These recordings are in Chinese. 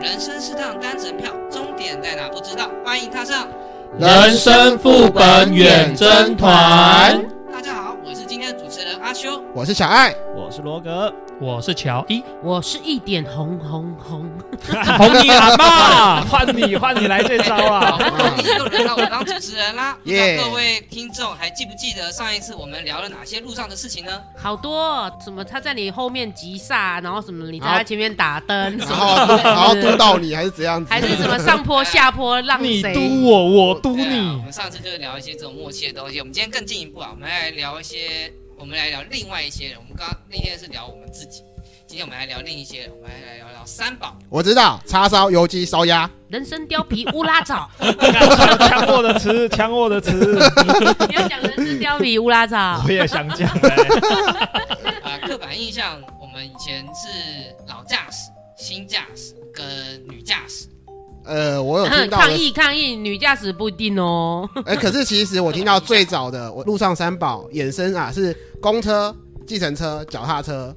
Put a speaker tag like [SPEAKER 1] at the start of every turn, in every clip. [SPEAKER 1] 人生是趟单程票，终点在哪不知道，欢迎踏上。
[SPEAKER 2] 人生副本远征团。
[SPEAKER 1] 大家好，我是今天的主持人阿修。
[SPEAKER 3] 我是小 爱，
[SPEAKER 4] 我是罗格，
[SPEAKER 2] 我是乔伊，
[SPEAKER 5] 我是一点红红红，
[SPEAKER 2] 红你阿妈，
[SPEAKER 4] 换你换你来这招
[SPEAKER 1] 好，
[SPEAKER 4] 啊！
[SPEAKER 1] 不容易又轮到我当主持人 啦。不知
[SPEAKER 3] 耶
[SPEAKER 1] 道各位听众还记不记得上一次我们聊了哪些路上的事情呢？
[SPEAKER 5] 好多哦什么他在你后面急刹，然后什么你在他前面打灯，
[SPEAKER 3] 然
[SPEAKER 5] 什
[SPEAKER 3] 后
[SPEAKER 5] 么
[SPEAKER 3] 然后督到你还是怎样子？
[SPEAKER 5] 还是什么上坡下坡让
[SPEAKER 4] 你
[SPEAKER 5] 谁？
[SPEAKER 4] 嘟我，我嘟
[SPEAKER 1] 对啊我
[SPEAKER 4] 你，
[SPEAKER 1] 们上次就是聊一些这种默契的东西，我们今天更进一步啊，我们来聊一些，我们来聊另外一些人。我们刚刚那天是聊我们自己，今天我们来聊另一些人，我们来聊聊三宝。
[SPEAKER 3] 我知道，叉烧、油鸡、烧鸭，
[SPEAKER 5] 人参貂皮乌拉 草，
[SPEAKER 4] 抢抢我的词，抢我的词，
[SPEAKER 5] 你要讲人参貂皮乌拉草
[SPEAKER 4] 我，也想讲哎，
[SPEAKER 1] 啊，刻板印象，我们以前是老驾驶、新驾驶跟女驾驶。
[SPEAKER 3] 呃，我有听到
[SPEAKER 5] 抗
[SPEAKER 3] 的，
[SPEAKER 5] 议抗议，女驾驶不一定哦。
[SPEAKER 3] 哎，可是其实我听到最早的，我路上三宝衍生啊是公车、计程车、脚踏车，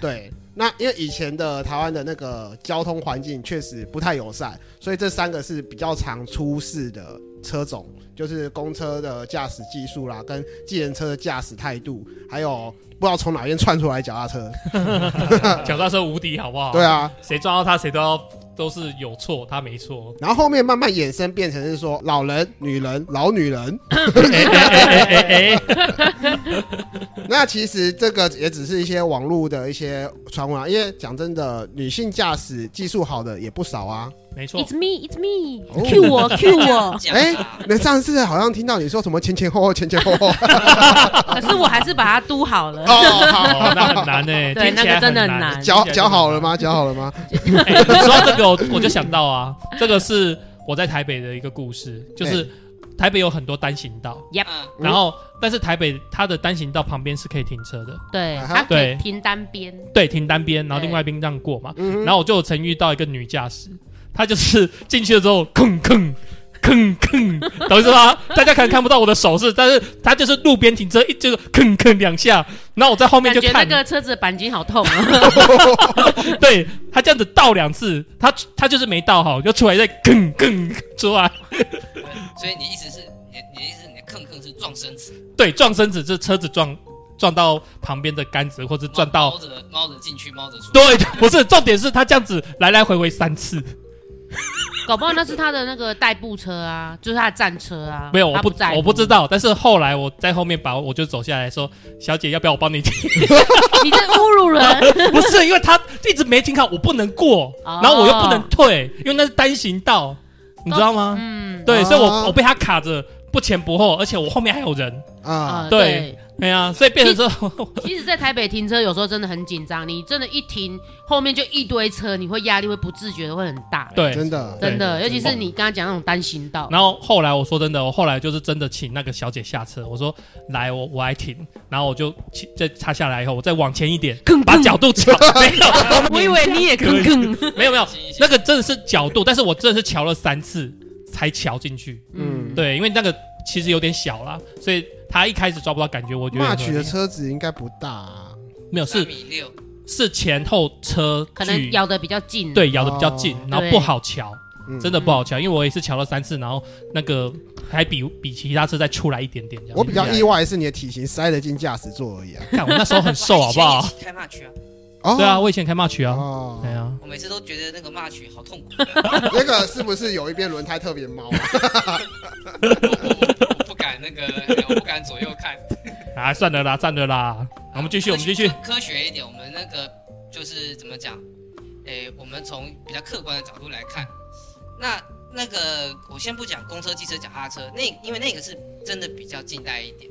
[SPEAKER 3] 对。那因为以前的台湾的那个交通环境确实不太友善，所以这三个是比较常出事的车种，就是公车的驾驶技术啦，跟计程车的驾驶态度，还有不知道从哪边窜出来脚踏车。
[SPEAKER 2] 脚踏车无敌好不好？
[SPEAKER 3] 对，啊，
[SPEAKER 2] 谁抓到他谁都要都是有错，他没 错。
[SPEAKER 3] 然后后面慢慢衍生变成是说老人、女人、老女人，
[SPEAKER 2] 哎哎哎，
[SPEAKER 3] 那其实这个也只是一些网络的一些传闻啊，因为讲真的，女性驾驶技术好的也不少 啊。
[SPEAKER 2] 没错
[SPEAKER 5] It's，me, it's me,
[SPEAKER 3] 哦
[SPEAKER 5] cue 我，cue 我。
[SPEAKER 1] 这
[SPEAKER 3] 哎
[SPEAKER 1] 样啊，
[SPEAKER 3] 那上次好像听到你说什么前前后后前前后 后，
[SPEAKER 5] 可是我还是把它嘟好了。
[SPEAKER 3] 哦， 好，
[SPEAKER 2] 哦，那很难哎，
[SPEAKER 5] 对
[SPEAKER 2] 听起来
[SPEAKER 5] 那个真的很
[SPEAKER 2] 很
[SPEAKER 5] 难
[SPEAKER 3] 脚脚好了？吗？脚好了吗？
[SPEAKER 2] 哎，你说到这个，我我就想到啊，这个是我在台北的一个故事，就是台北有很多单行道，
[SPEAKER 1] 嗯，
[SPEAKER 2] 然后但是台北它的单行道旁边是可以停车的，
[SPEAKER 5] 对，
[SPEAKER 3] 啊哈
[SPEAKER 5] 它可以
[SPEAKER 2] 对
[SPEAKER 5] 停单边，
[SPEAKER 2] 对，停单边，然后
[SPEAKER 5] 对
[SPEAKER 2] 另外一边让过嘛。
[SPEAKER 3] 嗯哼，
[SPEAKER 2] 然后我就有曾遇到一个女驾驶，她就是进去了之后，吭吭吭吭，等于说她大家可能看不到我的手势，但是她就是路边停车，一就是吭吭两下，然后我在后面
[SPEAKER 5] 感
[SPEAKER 2] 就
[SPEAKER 5] 觉那
[SPEAKER 2] 看，
[SPEAKER 5] 个车子的钣金好痛啊。
[SPEAKER 2] 对她这样子倒两次，她她就是没倒好，就出来再吭吭出来，
[SPEAKER 1] 所以你意思是，你你的意思是你的坑坑是撞生词，
[SPEAKER 2] 对，撞身子，这车子撞撞到旁边的杆子，或者撞到。
[SPEAKER 1] 猫着猫着进去，猫着出来。
[SPEAKER 2] 对，啊不是重点是她这样子来来回回三次，
[SPEAKER 5] 搞不好那是他的那个代步车啊，就是他的战车啊。
[SPEAKER 2] 没有，我
[SPEAKER 5] 他不
[SPEAKER 2] 不
[SPEAKER 5] 在乎
[SPEAKER 2] 我不知。道。但是后来我在后面把我就走下来说：“小姐，要不要我帮你停？”
[SPEAKER 5] 你在侮辱人，
[SPEAKER 2] 不是，因为他一直没停好，我不能过，
[SPEAKER 5] 哦
[SPEAKER 2] 然后我又不能退，因为那是单行道，你知道吗？
[SPEAKER 5] 嗯，
[SPEAKER 2] 对，所以
[SPEAKER 3] 哦
[SPEAKER 2] 我我被他卡着，不前不后，而且我后面还有人，
[SPEAKER 3] 啊，
[SPEAKER 5] 呃
[SPEAKER 2] 对。对啊，所以变成说，。
[SPEAKER 5] 其实，在台北停车有时候真的很紧张，你真的一停，后面就一堆车，你会压力会不自觉的会很 大
[SPEAKER 2] 对。
[SPEAKER 3] 真的，
[SPEAKER 5] 真的，
[SPEAKER 3] 对
[SPEAKER 5] 尤其是你刚刚讲那种单行道，
[SPEAKER 2] 然后后来我说真的，我后来就是真的请那个小姐下车，我说来我我来停，然后我就骑再插下来以后，我再往前一点，
[SPEAKER 5] 更
[SPEAKER 2] 把角度调， 没有，
[SPEAKER 5] 我以为你也
[SPEAKER 2] 可以
[SPEAKER 5] 更更，
[SPEAKER 2] 没有没有，
[SPEAKER 1] 行
[SPEAKER 2] 那个真的是角度，但是我真的是瞧了三次才瞧进去，
[SPEAKER 3] 嗯
[SPEAKER 5] 嗯，
[SPEAKER 2] 对，因为那个其实有点小啦，所以他一开始抓不到感觉，我觉得
[SPEAKER 3] 骂
[SPEAKER 2] 很
[SPEAKER 3] 曲的车子应该不大啊，
[SPEAKER 2] 没有
[SPEAKER 1] 三
[SPEAKER 2] 是
[SPEAKER 1] 米六，
[SPEAKER 2] 是前后车距
[SPEAKER 5] 可能咬得比较近。，
[SPEAKER 2] 对咬的比较近
[SPEAKER 3] 哦，
[SPEAKER 2] 然后
[SPEAKER 5] 对
[SPEAKER 2] 不好瞧，
[SPEAKER 3] 嗯
[SPEAKER 2] 真的不好瞧，因为我也是瞧了三次，然后那个还比比其他车再出来一点点这样。啊
[SPEAKER 3] 我比较意外的是你的体型塞得进驾驶座而已啊。
[SPEAKER 2] 看我那时候很瘦，好不
[SPEAKER 1] 以
[SPEAKER 2] 好？
[SPEAKER 1] 前也是开骂曲啊，
[SPEAKER 3] 哦
[SPEAKER 2] 对啊，，我以前开骂曲啊，
[SPEAKER 3] 哦
[SPEAKER 2] 对，啊，
[SPEAKER 1] 我每次都觉得那个骂曲好痛苦，
[SPEAKER 3] 那个是不是有一边轮胎特别猫啊？
[SPEAKER 1] 我不敢那个，我不敢左右看。
[SPEAKER 2] 啊，算了啦，算了啦，我们继续，我们继续
[SPEAKER 1] 科， 科学一点，我们那个就是怎么讲？诶，我们从比较客观的角度来看，那那个我先不讲公车、汽车、脚踏车，那因为那个是真的比较近代一点，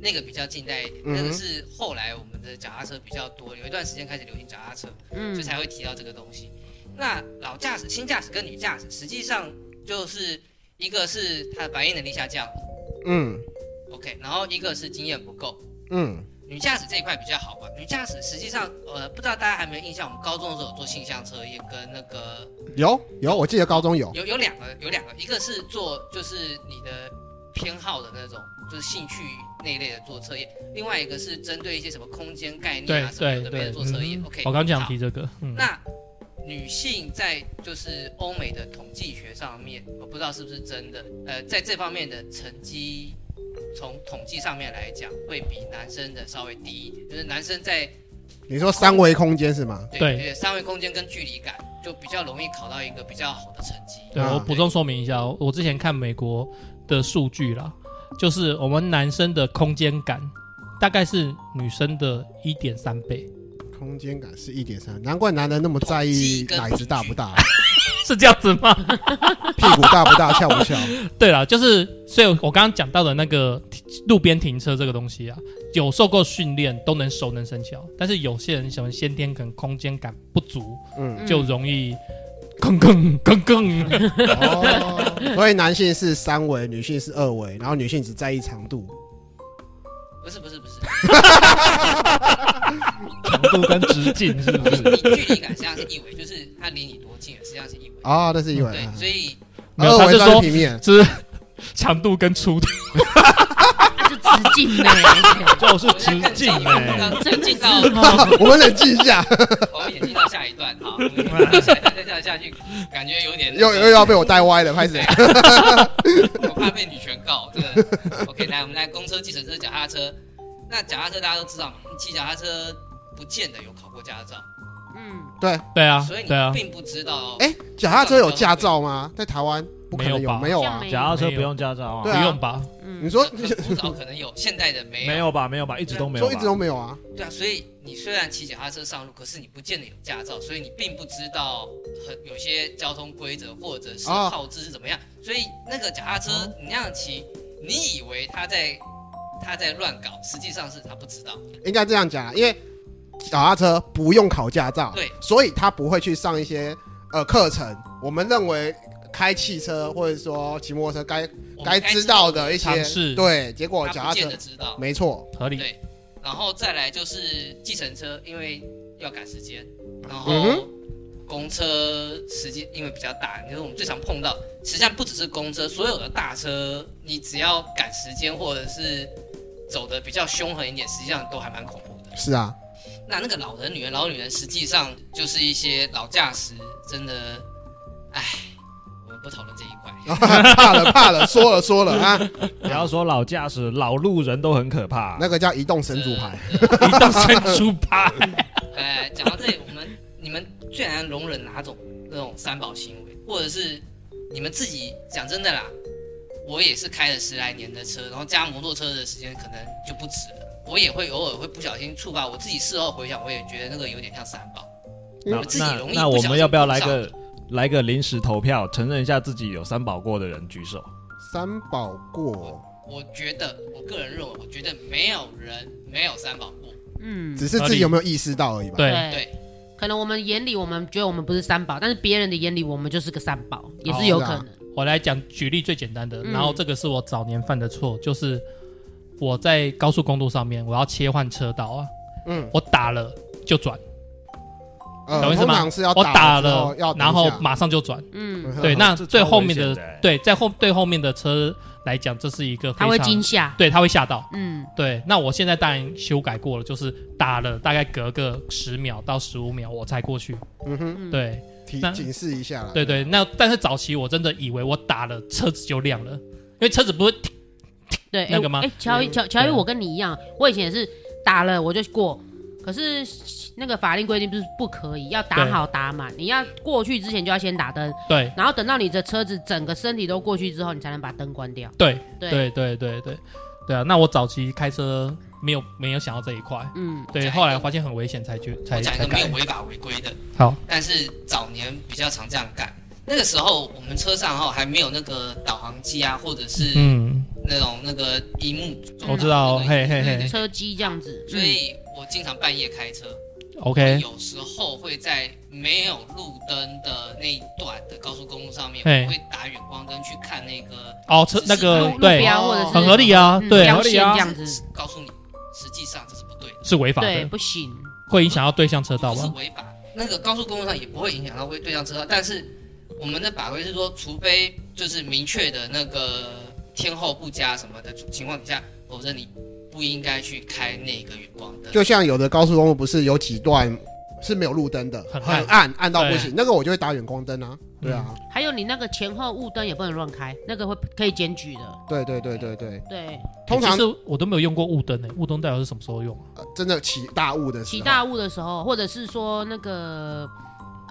[SPEAKER 1] 那个比较近代一点，
[SPEAKER 3] 嗯哼
[SPEAKER 1] 那个是后来我们的脚踏车比较多，有一段时间开始流行脚踏车，所以
[SPEAKER 5] 嗯，
[SPEAKER 1] 才会提到这个东西。那老驾驶、新驾驶跟女驾驶，实际上就是一个是他的反应能力下降
[SPEAKER 3] 嗯
[SPEAKER 1] ，OK，然后一个是经验不够。
[SPEAKER 3] 嗯，
[SPEAKER 1] 女驾驶这一块比较好玩。女驾驶实际上，呃，不知道大家还有没有印象，我们高中的时候有做性向测验，跟那个
[SPEAKER 3] 有有，我记得高中有，
[SPEAKER 1] 有有两个，有两个，一个是做就是你的偏好的那种，就是兴趣那一类的做测验，另外一个是针对一些什么空间概念
[SPEAKER 2] 对
[SPEAKER 1] 啊什么有
[SPEAKER 2] 对
[SPEAKER 1] 的没
[SPEAKER 2] 对
[SPEAKER 1] 的做测验
[SPEAKER 2] 嗯。
[SPEAKER 1] OK，
[SPEAKER 2] 我刚讲
[SPEAKER 1] 好
[SPEAKER 2] 提这个，嗯，
[SPEAKER 1] 那女性在就是欧美的统计学上面，我不知道是不是真的，呃，在这方面的成绩，从统计上面来讲，会比男生的稍微低一点，就是男生在
[SPEAKER 3] 你说三维空间是吗？
[SPEAKER 1] 对
[SPEAKER 2] 对
[SPEAKER 1] 对三维空间跟距离感，就比较容易考到一个比较好的成绩。
[SPEAKER 2] 对
[SPEAKER 3] 啊
[SPEAKER 2] 我补充说明一下，我之前看美国的数据啦，就是我们男生的空间感大概是女生的一点三倍，
[SPEAKER 3] 空间感是一点三，难怪男人那么在意奶子大不大，
[SPEAKER 2] 是这样子 吗？
[SPEAKER 3] 屁股大不大，翘不翘。
[SPEAKER 2] 对啦，就是所以我刚刚讲到的那个路边停车这个东西啊，有受过训练都能熟能生巧，但是有些人什么先天可能空间感不足，
[SPEAKER 3] 嗯，
[SPEAKER 2] 就容易吭吭吭 吭。
[SPEAKER 3] 哦，所以男性是三维，女性是二维，然后女性只在意长度。
[SPEAKER 1] 不是不是不是，
[SPEAKER 4] 长度跟直径是不是？
[SPEAKER 1] 你距离感实际上是一维，就是它离你多近了，实际上是一维。
[SPEAKER 3] 哦，那是一维。
[SPEAKER 1] 嗯
[SPEAKER 3] 啊
[SPEAKER 1] 对，所以
[SPEAKER 2] 没
[SPEAKER 4] 啊
[SPEAKER 2] 有，他
[SPEAKER 3] 二维
[SPEAKER 2] 就
[SPEAKER 3] 算是
[SPEAKER 2] 说
[SPEAKER 3] 平面。
[SPEAKER 2] 就是长度跟粗度，
[SPEAKER 5] 啊就直径 呢，
[SPEAKER 4] 就是
[SPEAKER 1] 我
[SPEAKER 4] 直
[SPEAKER 1] 们再更进
[SPEAKER 4] 径
[SPEAKER 1] 一步
[SPEAKER 4] 哎、
[SPEAKER 1] 到
[SPEAKER 5] 真
[SPEAKER 1] 更
[SPEAKER 5] 的
[SPEAKER 1] 进
[SPEAKER 5] 是
[SPEAKER 1] 到
[SPEAKER 5] 哦，
[SPEAKER 3] 我们冷静一下，
[SPEAKER 1] 我们也进到下一段哈，我们也进到下一段再下下去，感觉有点
[SPEAKER 3] 又又要被我带歪了，开始。
[SPEAKER 1] 我怕被女权告，真的。OK，来，我们来公车、计程车、脚踏车。那脚踏车大家都知道嘛，你骑脚踏车不见得有考过驾照，
[SPEAKER 5] 嗯，
[SPEAKER 2] 对啊
[SPEAKER 1] 所以，你
[SPEAKER 2] 对啊，
[SPEAKER 1] 并不知道。
[SPEAKER 3] 哎，脚踏车有驾照吗？在台湾不可能
[SPEAKER 2] 没有吧
[SPEAKER 3] 有，没有
[SPEAKER 5] 像
[SPEAKER 3] 啊
[SPEAKER 5] 没？
[SPEAKER 4] 脚踏车不用驾照
[SPEAKER 2] 不
[SPEAKER 3] 对
[SPEAKER 4] 啊？
[SPEAKER 3] 啊
[SPEAKER 2] 用吧？
[SPEAKER 5] 嗯
[SPEAKER 3] 你说
[SPEAKER 1] 很古早可能有，现代的没有。
[SPEAKER 4] 没有吧？没有吧？一直都没有
[SPEAKER 3] 说
[SPEAKER 4] 吧？
[SPEAKER 3] 一直都没有啊？
[SPEAKER 1] 对啊，所以你虽然骑脚踏车上路，可是你不见得有驾照，所以你并不知道很有些交通规则或者是
[SPEAKER 3] 哦
[SPEAKER 1] 号志是怎么样。所以那个脚踏车你那样骑，你以为他在他在乱搞，实际上是他不知道。
[SPEAKER 3] 应该这样讲啊，因为脚踏车不用考驾照，
[SPEAKER 1] 对，
[SPEAKER 3] 所以他不会去上一些呃课程。我们认为开汽车或者说骑摩托车该
[SPEAKER 1] 我们
[SPEAKER 3] 该知道的一
[SPEAKER 2] 尝
[SPEAKER 3] 些，
[SPEAKER 2] 试
[SPEAKER 3] 对，结果脚
[SPEAKER 1] 他
[SPEAKER 3] 踏
[SPEAKER 1] 不见
[SPEAKER 3] 车
[SPEAKER 1] 得知道。
[SPEAKER 3] 没错，
[SPEAKER 2] 合理。
[SPEAKER 1] 对然后再来就是计程车，因为要赶时间，然
[SPEAKER 3] 嗯
[SPEAKER 1] 后公车时间因为比较大，就是我们最常碰到。实际上不只是公车，所有的大车，你只要赶时间或者是走的比较凶狠一点，实际上都还蛮恐怖的。
[SPEAKER 3] 是啊，
[SPEAKER 1] 那那个老人、女人、老女人，实际上就是一些老驾驶，真的，唉，我们不讨论这一块。
[SPEAKER 3] 怕了怕了，说了说了 啊，
[SPEAKER 4] 不要说老驾驶，老路人都很可怕。
[SPEAKER 3] 那个叫移动神主牌，
[SPEAKER 2] 一到三出八，
[SPEAKER 1] 哎，讲到这里，我们你们最难容忍哪种那种三宝行为，或者是你们自己讲真的啦，我也是开了十来年的车，然后加摩托车的时间可能就不止了，我也会偶尔会不小心触发，我自己事后回想，我也觉得那个有点像三宝。
[SPEAKER 4] 那
[SPEAKER 1] 我自己容易
[SPEAKER 4] 那那我
[SPEAKER 1] 不小
[SPEAKER 4] 们
[SPEAKER 1] 心
[SPEAKER 4] 要不要
[SPEAKER 1] 碰
[SPEAKER 4] 来
[SPEAKER 1] 上
[SPEAKER 4] 个来个临时投票，承认一下自己有三宝过的人举手？
[SPEAKER 3] 三宝过，
[SPEAKER 1] 我觉得，我个人认为，我觉得没有人没有三宝过。
[SPEAKER 5] 嗯，
[SPEAKER 3] 只是自己有没有意识到而已吧。
[SPEAKER 2] 对
[SPEAKER 1] 对，
[SPEAKER 5] 可能我们眼里我们觉得我们不是三宝，但是别人的眼里我们就是个三宝，也
[SPEAKER 2] 哦
[SPEAKER 5] 是
[SPEAKER 2] 啊
[SPEAKER 5] 有可能。
[SPEAKER 2] 我来讲举例最简单的，
[SPEAKER 5] 嗯
[SPEAKER 2] 然后这个是我早年犯的错，就是我在高速公路上面，我要切换车道啊，
[SPEAKER 3] 嗯，
[SPEAKER 2] 我打了就转，
[SPEAKER 3] 呃，
[SPEAKER 2] 懂意思
[SPEAKER 3] 通
[SPEAKER 2] 吗
[SPEAKER 3] 常是要
[SPEAKER 2] 我打
[SPEAKER 3] 之后
[SPEAKER 2] 了
[SPEAKER 3] 要等一
[SPEAKER 2] 然后
[SPEAKER 3] 下
[SPEAKER 2] 马上就转。
[SPEAKER 5] 嗯，
[SPEAKER 3] 嗯
[SPEAKER 2] 对，
[SPEAKER 3] 嗯
[SPEAKER 2] 那
[SPEAKER 4] 这
[SPEAKER 2] 最
[SPEAKER 4] 超
[SPEAKER 2] 后
[SPEAKER 4] 危
[SPEAKER 2] 面
[SPEAKER 4] 险
[SPEAKER 2] 的
[SPEAKER 4] 的欸
[SPEAKER 2] 对，在后对后面的车来讲，这是一个非
[SPEAKER 5] 他
[SPEAKER 2] 常
[SPEAKER 5] 会惊吓。
[SPEAKER 2] 对，他会吓到。
[SPEAKER 5] 嗯，
[SPEAKER 2] 对，那我现在当然修改过了，就是打了大概隔个十秒到十五秒我才过去。
[SPEAKER 3] 嗯哼，
[SPEAKER 5] 嗯，
[SPEAKER 2] 对，
[SPEAKER 3] 提
[SPEAKER 2] 那
[SPEAKER 3] 警示一下啦。
[SPEAKER 2] 对对，那但是早期我真的以为我打了车子就亮了，因为车子不会停
[SPEAKER 5] 对，
[SPEAKER 2] 那个啊吗
[SPEAKER 5] 哎，乔伊，乔乔伊，我跟你一样，我以前也是打了我就过，可是那个法令规定不是不可以，要打
[SPEAKER 2] 对
[SPEAKER 5] 好打满，你要过去之前就要先打灯，
[SPEAKER 2] 对
[SPEAKER 5] 然后等到你的车子整个身体都过去之后，你才能把灯关掉。
[SPEAKER 2] 对
[SPEAKER 5] 对，
[SPEAKER 2] 对对对对对啊！那我早期开车没有没有想到这一块，
[SPEAKER 5] 嗯，
[SPEAKER 2] 对，
[SPEAKER 1] 讲一个
[SPEAKER 2] 后来发现很危险才去
[SPEAKER 1] 我
[SPEAKER 2] 才
[SPEAKER 1] 讲一
[SPEAKER 2] 才
[SPEAKER 1] 个没
[SPEAKER 2] 改
[SPEAKER 1] 有。违法违规的，
[SPEAKER 2] 好，
[SPEAKER 1] 但是早年比较常这样干。那个时候我们车上哈还没有那个导航机啊，或者是
[SPEAKER 2] 嗯，
[SPEAKER 1] 那种那个荧幕中
[SPEAKER 2] 我知道，
[SPEAKER 1] 那个
[SPEAKER 2] 嘿嘿
[SPEAKER 1] 对
[SPEAKER 2] 嘿
[SPEAKER 1] 对
[SPEAKER 5] 车机这样子，
[SPEAKER 1] 所以我经常半夜开车，
[SPEAKER 2] 嗯，OK，
[SPEAKER 1] 有时候会在没有路灯的那一段的高速公路上面，
[SPEAKER 2] 嘿
[SPEAKER 1] 我会打远光灯去看那个，
[SPEAKER 2] 哦，车那
[SPEAKER 5] 嗯
[SPEAKER 2] 个
[SPEAKER 5] 路路
[SPEAKER 2] 对，
[SPEAKER 5] 标或者是
[SPEAKER 2] 很合理啊
[SPEAKER 5] 嗯
[SPEAKER 2] 对
[SPEAKER 5] 标
[SPEAKER 4] 合
[SPEAKER 5] 线
[SPEAKER 4] 理啊
[SPEAKER 5] 这样子，
[SPEAKER 1] 告诉你，实际上这是不对的，
[SPEAKER 2] 是违法
[SPEAKER 5] 对，
[SPEAKER 2] 的，
[SPEAKER 5] 不行，
[SPEAKER 2] 会影响到对向车道
[SPEAKER 1] 不是
[SPEAKER 2] 吧？
[SPEAKER 1] 违法。那个高速公路上也不会影响到会对向车道，但是我们的法规是说，除非就是明确的那个天候不佳什么的情况底下，否则你不应该去开那个远光灯。
[SPEAKER 3] 就像有的高速公路不是有几段是没有路灯的，
[SPEAKER 2] 很
[SPEAKER 3] 很
[SPEAKER 2] 暗
[SPEAKER 3] 暗，暗到不
[SPEAKER 2] 对嗯
[SPEAKER 3] 行。那个我就会打远光灯啊，对啊，
[SPEAKER 5] 还有你那个前后雾灯也不能乱开，那个会可以检举的。
[SPEAKER 3] 对对对对对，
[SPEAKER 5] 对，
[SPEAKER 1] 哦
[SPEAKER 3] 通常
[SPEAKER 2] 其实我都没有用过雾灯诶，雾灯代表是什么时候用啊？
[SPEAKER 3] 呃真的起大雾的时
[SPEAKER 5] 起
[SPEAKER 3] 候，
[SPEAKER 5] 大雾的时候，或者是说那个，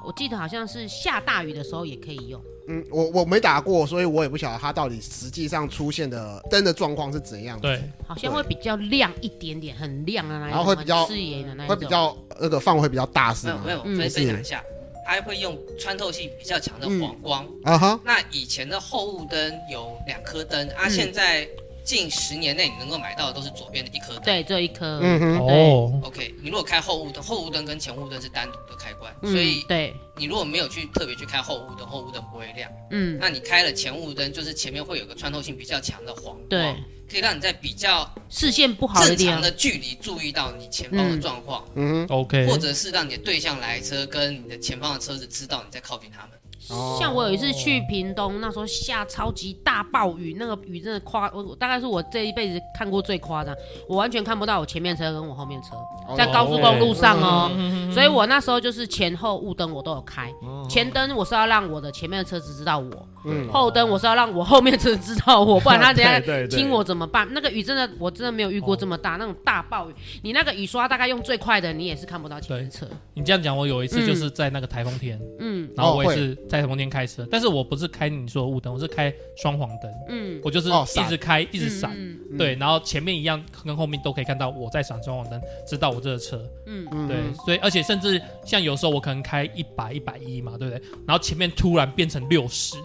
[SPEAKER 5] 我记得好像是下大雨的时候也可以用。
[SPEAKER 3] 嗯，我我没打过，所以我也不晓得它到底实际上出现的灯的状况是怎样的，
[SPEAKER 2] 对，
[SPEAKER 5] 好像会比较亮一点点，很亮的那一种，
[SPEAKER 3] 然后会比较
[SPEAKER 5] 很刺眼的那一
[SPEAKER 3] 会
[SPEAKER 5] 种，
[SPEAKER 3] 比较那个范围会比较大是
[SPEAKER 1] 没有
[SPEAKER 3] 吗
[SPEAKER 1] 没？有，
[SPEAKER 5] 嗯
[SPEAKER 1] 分
[SPEAKER 3] 是
[SPEAKER 1] 分享一下，它会用穿透性比较强的黄光。
[SPEAKER 3] 啊哈，
[SPEAKER 1] 那以前的后雾灯有两颗灯，啊，
[SPEAKER 5] 嗯
[SPEAKER 1] 现在近十年内你能够买到的都是左边的一颗灯。
[SPEAKER 5] 对，只有一颗，
[SPEAKER 3] 嗯哼，
[SPEAKER 2] 哦，
[SPEAKER 1] OK，你如果开后雾灯，后雾灯跟前雾灯是单独的开关，
[SPEAKER 5] 嗯
[SPEAKER 1] 所以
[SPEAKER 5] 对，
[SPEAKER 1] 你如果没有去特别去开后雾灯，后雾灯不会亮。
[SPEAKER 5] 嗯，
[SPEAKER 1] 那你开了前雾灯，就是前面会有个穿透性比较强的黄光，
[SPEAKER 5] 对，，
[SPEAKER 1] 可以让你在比较
[SPEAKER 5] 视线不好的
[SPEAKER 1] 哦正
[SPEAKER 5] 地
[SPEAKER 1] 常
[SPEAKER 5] 方，
[SPEAKER 1] 的距离注意到你前方的状况，
[SPEAKER 3] 嗯
[SPEAKER 2] OK，
[SPEAKER 1] 或者是让你的对向来车跟你的前方的车子知道你在靠近他们。
[SPEAKER 3] 哦
[SPEAKER 5] 像我有一次去屏东，那时候下超级大暴雨，那个雨真的夸，我我大概是我这一辈子看过最夸张，我完全看不到我前面车跟我后面车，
[SPEAKER 3] 哼，
[SPEAKER 5] 在高速公路上哦，
[SPEAKER 2] 嗯
[SPEAKER 5] 所以我那时候就是前后雾灯我都有开，前灯我是要让我的前面的车子知道我，
[SPEAKER 3] 嗯
[SPEAKER 5] 后灯我是要让我后面的车子知道我，不然他等下
[SPEAKER 4] 对对对
[SPEAKER 5] 亲我怎么办？那个雨真的我真的没有遇过这么大那种大暴雨，你那个雨刷大概用最快的，你也是看不到前面车，
[SPEAKER 2] 你这样讲，我有一次就是在那个台风天，
[SPEAKER 5] 嗯
[SPEAKER 2] 然后我也
[SPEAKER 3] 哦
[SPEAKER 2] 是在台风天开车，但是我不是开你说的雾灯，我是开双黄灯，
[SPEAKER 5] 嗯，
[SPEAKER 2] 我就是
[SPEAKER 3] 哦
[SPEAKER 2] 一直
[SPEAKER 3] 闪
[SPEAKER 2] 开一直闪，
[SPEAKER 5] 嗯
[SPEAKER 3] 嗯
[SPEAKER 2] 对，然后前面一样跟后面都可以看到我在闪双黄灯，知道我这个车，
[SPEAKER 5] 嗯，
[SPEAKER 3] 嗯
[SPEAKER 5] 嗯
[SPEAKER 2] 对，所以而且甚至像有时候我可能开一百一百一嘛，对不对？然后前面突然变成六十，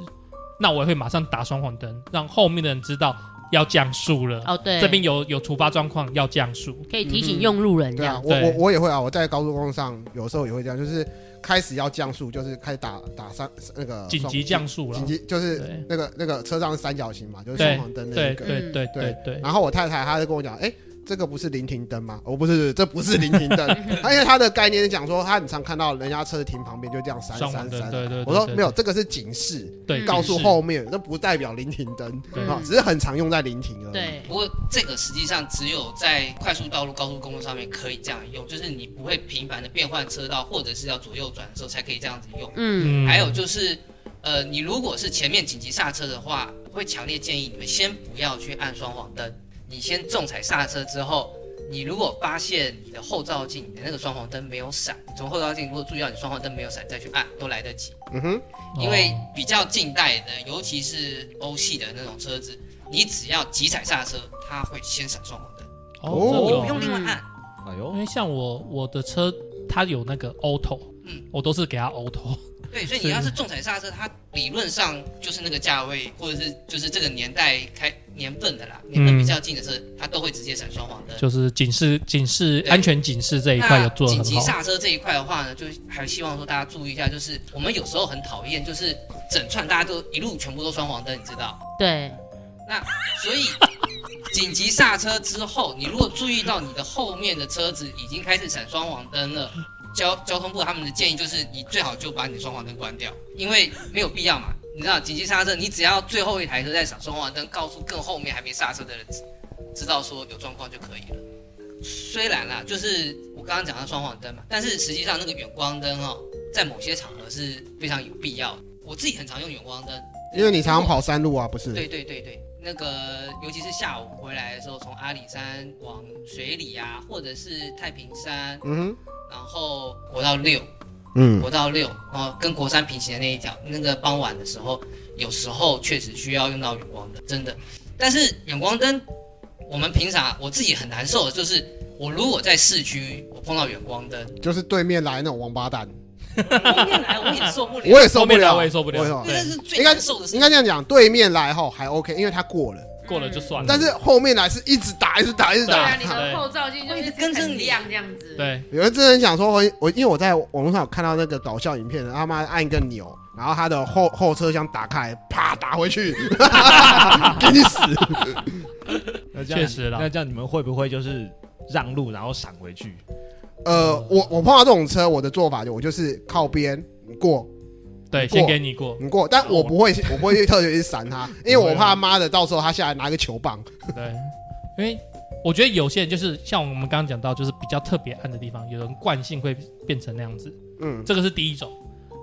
[SPEAKER 2] 那我也会马上打双黄灯，让后面的人知道要降速了，
[SPEAKER 5] 哦对，
[SPEAKER 2] 这边有有突发状况要降速，
[SPEAKER 5] 可以提醒用路人这
[SPEAKER 3] 对
[SPEAKER 5] 样
[SPEAKER 3] 啊，。我我我也会啊，我在高速公路上有时候也会这样，就是开始要降速，就是开始打打三那个
[SPEAKER 2] 紧急降速
[SPEAKER 3] 啊双
[SPEAKER 2] 了
[SPEAKER 3] 紧，急就是
[SPEAKER 2] 对
[SPEAKER 3] 那个那个车上是三角形嘛，就是
[SPEAKER 2] 对
[SPEAKER 3] 双黄灯那
[SPEAKER 2] 对
[SPEAKER 3] 一个。嗯
[SPEAKER 2] 对对对
[SPEAKER 3] 对
[SPEAKER 2] 对，
[SPEAKER 3] 然后我太太她就跟我讲，哎、这个不是临停灯吗？我、哦不是，这不是临停 灯。她因为她的概念是讲说，她很常看到人家车子停旁边就这样闪
[SPEAKER 2] 双黄
[SPEAKER 3] 闪
[SPEAKER 2] 灯，
[SPEAKER 3] 闪。
[SPEAKER 2] 对对，对
[SPEAKER 3] 啊我说
[SPEAKER 2] 对
[SPEAKER 3] 没有，这个是警示，
[SPEAKER 2] 对，
[SPEAKER 3] 告
[SPEAKER 2] 警
[SPEAKER 3] 诉
[SPEAKER 2] 示
[SPEAKER 3] 后面，这不代表临停灯
[SPEAKER 2] 对
[SPEAKER 3] 啊，只是很常用在临停而
[SPEAKER 2] 嗯
[SPEAKER 3] 已。
[SPEAKER 2] 啊
[SPEAKER 5] 对
[SPEAKER 1] 不过这个实际上只有在快速道路、高速公路上面可以这样用，就是你不会频繁的变换车道或者是要左右转的时候才可以这样子用。
[SPEAKER 5] 嗯，
[SPEAKER 2] 嗯
[SPEAKER 1] 还有就是，呃，你如果是前面紧急刹车的话，会强烈建议你们先不要去按双黄灯，你先重踩刹车之后，你如果发现你的后照镜你的那个双黄灯没有闪，你从后照镜如果注意到你双黄灯没有闪再去按都来得及，
[SPEAKER 3] 嗯哼，
[SPEAKER 1] 因
[SPEAKER 2] 哦
[SPEAKER 1] 为比较近代的，尤其是欧系的那种车子，你只要急踩刹车，它会先闪双黄灯，
[SPEAKER 2] 哦，
[SPEAKER 3] 哦
[SPEAKER 2] 真的
[SPEAKER 1] 不
[SPEAKER 2] 哦
[SPEAKER 1] 用另外按。
[SPEAKER 4] 哎
[SPEAKER 2] 因
[SPEAKER 4] 呦，
[SPEAKER 2] 为像我我的车它有那个 auto，
[SPEAKER 1] 嗯
[SPEAKER 2] 我都是给它 auto，
[SPEAKER 1] 对，所以你要是重踩刹车，它理论上就是那个价位，或者是就是这个年代开年份的啦，年份比较近的车，它都会直接闪双黄灯。
[SPEAKER 2] 嗯就是警示警示
[SPEAKER 1] 对
[SPEAKER 2] 安全警示这一块
[SPEAKER 1] 那
[SPEAKER 2] 有做的
[SPEAKER 1] 紧
[SPEAKER 2] 很
[SPEAKER 1] 急
[SPEAKER 2] 好，
[SPEAKER 1] 刹车这一块的话呢，就还希望说大家注意一下，就是我们有时候很讨厌，就是整串大家都一路全部都双黄灯，你知道？
[SPEAKER 5] 对，
[SPEAKER 1] 所以紧急刹车之后，你如果注意到你的后面的车子已经开始闪双黄灯了，交交通部他们的建议就是你最好就把你的双黄灯关掉，因为没有必要嘛。你知道紧急刹车，你只要最后一台车在闪双黄灯，告诉更后面还没刹车的人知知道说有状况就可以了。虽然啦，就是我刚刚讲到双黄灯嘛，但是实际上那个远光灯哦，在某些场合是非常有必要的。我自己很常用远光灯，
[SPEAKER 3] 因为你常常跑山路啊，不是？
[SPEAKER 1] 对对对对，那个尤其是下午回来的时候，从阿里山往水里啊，或者是太平山，
[SPEAKER 3] 嗯
[SPEAKER 1] 然后国道六，
[SPEAKER 3] 哼，嗯，
[SPEAKER 1] 国道六，然后跟国三平行的那一条，那个傍晚的时候，有时候确实需要用到远光灯，真的。但是远光灯，我们平常我自己很难受的就是，我如果在市区，我碰到远光灯，
[SPEAKER 3] 就是对面来那种王八蛋，
[SPEAKER 1] 后面来我也受不 了，
[SPEAKER 3] 我也受不了，
[SPEAKER 2] 后面来我也受不了
[SPEAKER 1] 那个是最
[SPEAKER 3] 应该
[SPEAKER 1] 难受的事
[SPEAKER 3] 应。该这样讲，对面来后还 OK，因为他过了，
[SPEAKER 2] 过了就算了。
[SPEAKER 3] 但是后面来是一直打，一直打，一直
[SPEAKER 5] 嗯对啊，
[SPEAKER 3] 打。
[SPEAKER 5] 你的后照镜就是
[SPEAKER 1] 跟着你
[SPEAKER 5] 很亮这样子，，
[SPEAKER 2] 对，
[SPEAKER 3] 有人真的很想说，我我因为我在网络上有看到那个搞笑影片，他妈按一个钮，然后他的后后车厢打开，啪打回去，给你死。
[SPEAKER 4] 那这样
[SPEAKER 2] 确实啦
[SPEAKER 4] 那这样你们会不会就是让路然后闪回去？
[SPEAKER 3] 呃，我我碰到这种车，我的做法就我就是靠边你过，
[SPEAKER 2] 对，
[SPEAKER 3] 过
[SPEAKER 2] 先给你过，
[SPEAKER 3] 你过，但我不会我不会特别去闪他，因为我怕妈的到时候他下来拿个球棒。
[SPEAKER 2] 对，因为我觉得有些人就是像我们刚刚讲到，就是比较特别暗的地方，有人惯性会变成那样子，
[SPEAKER 3] 嗯，
[SPEAKER 2] 这个是第一种。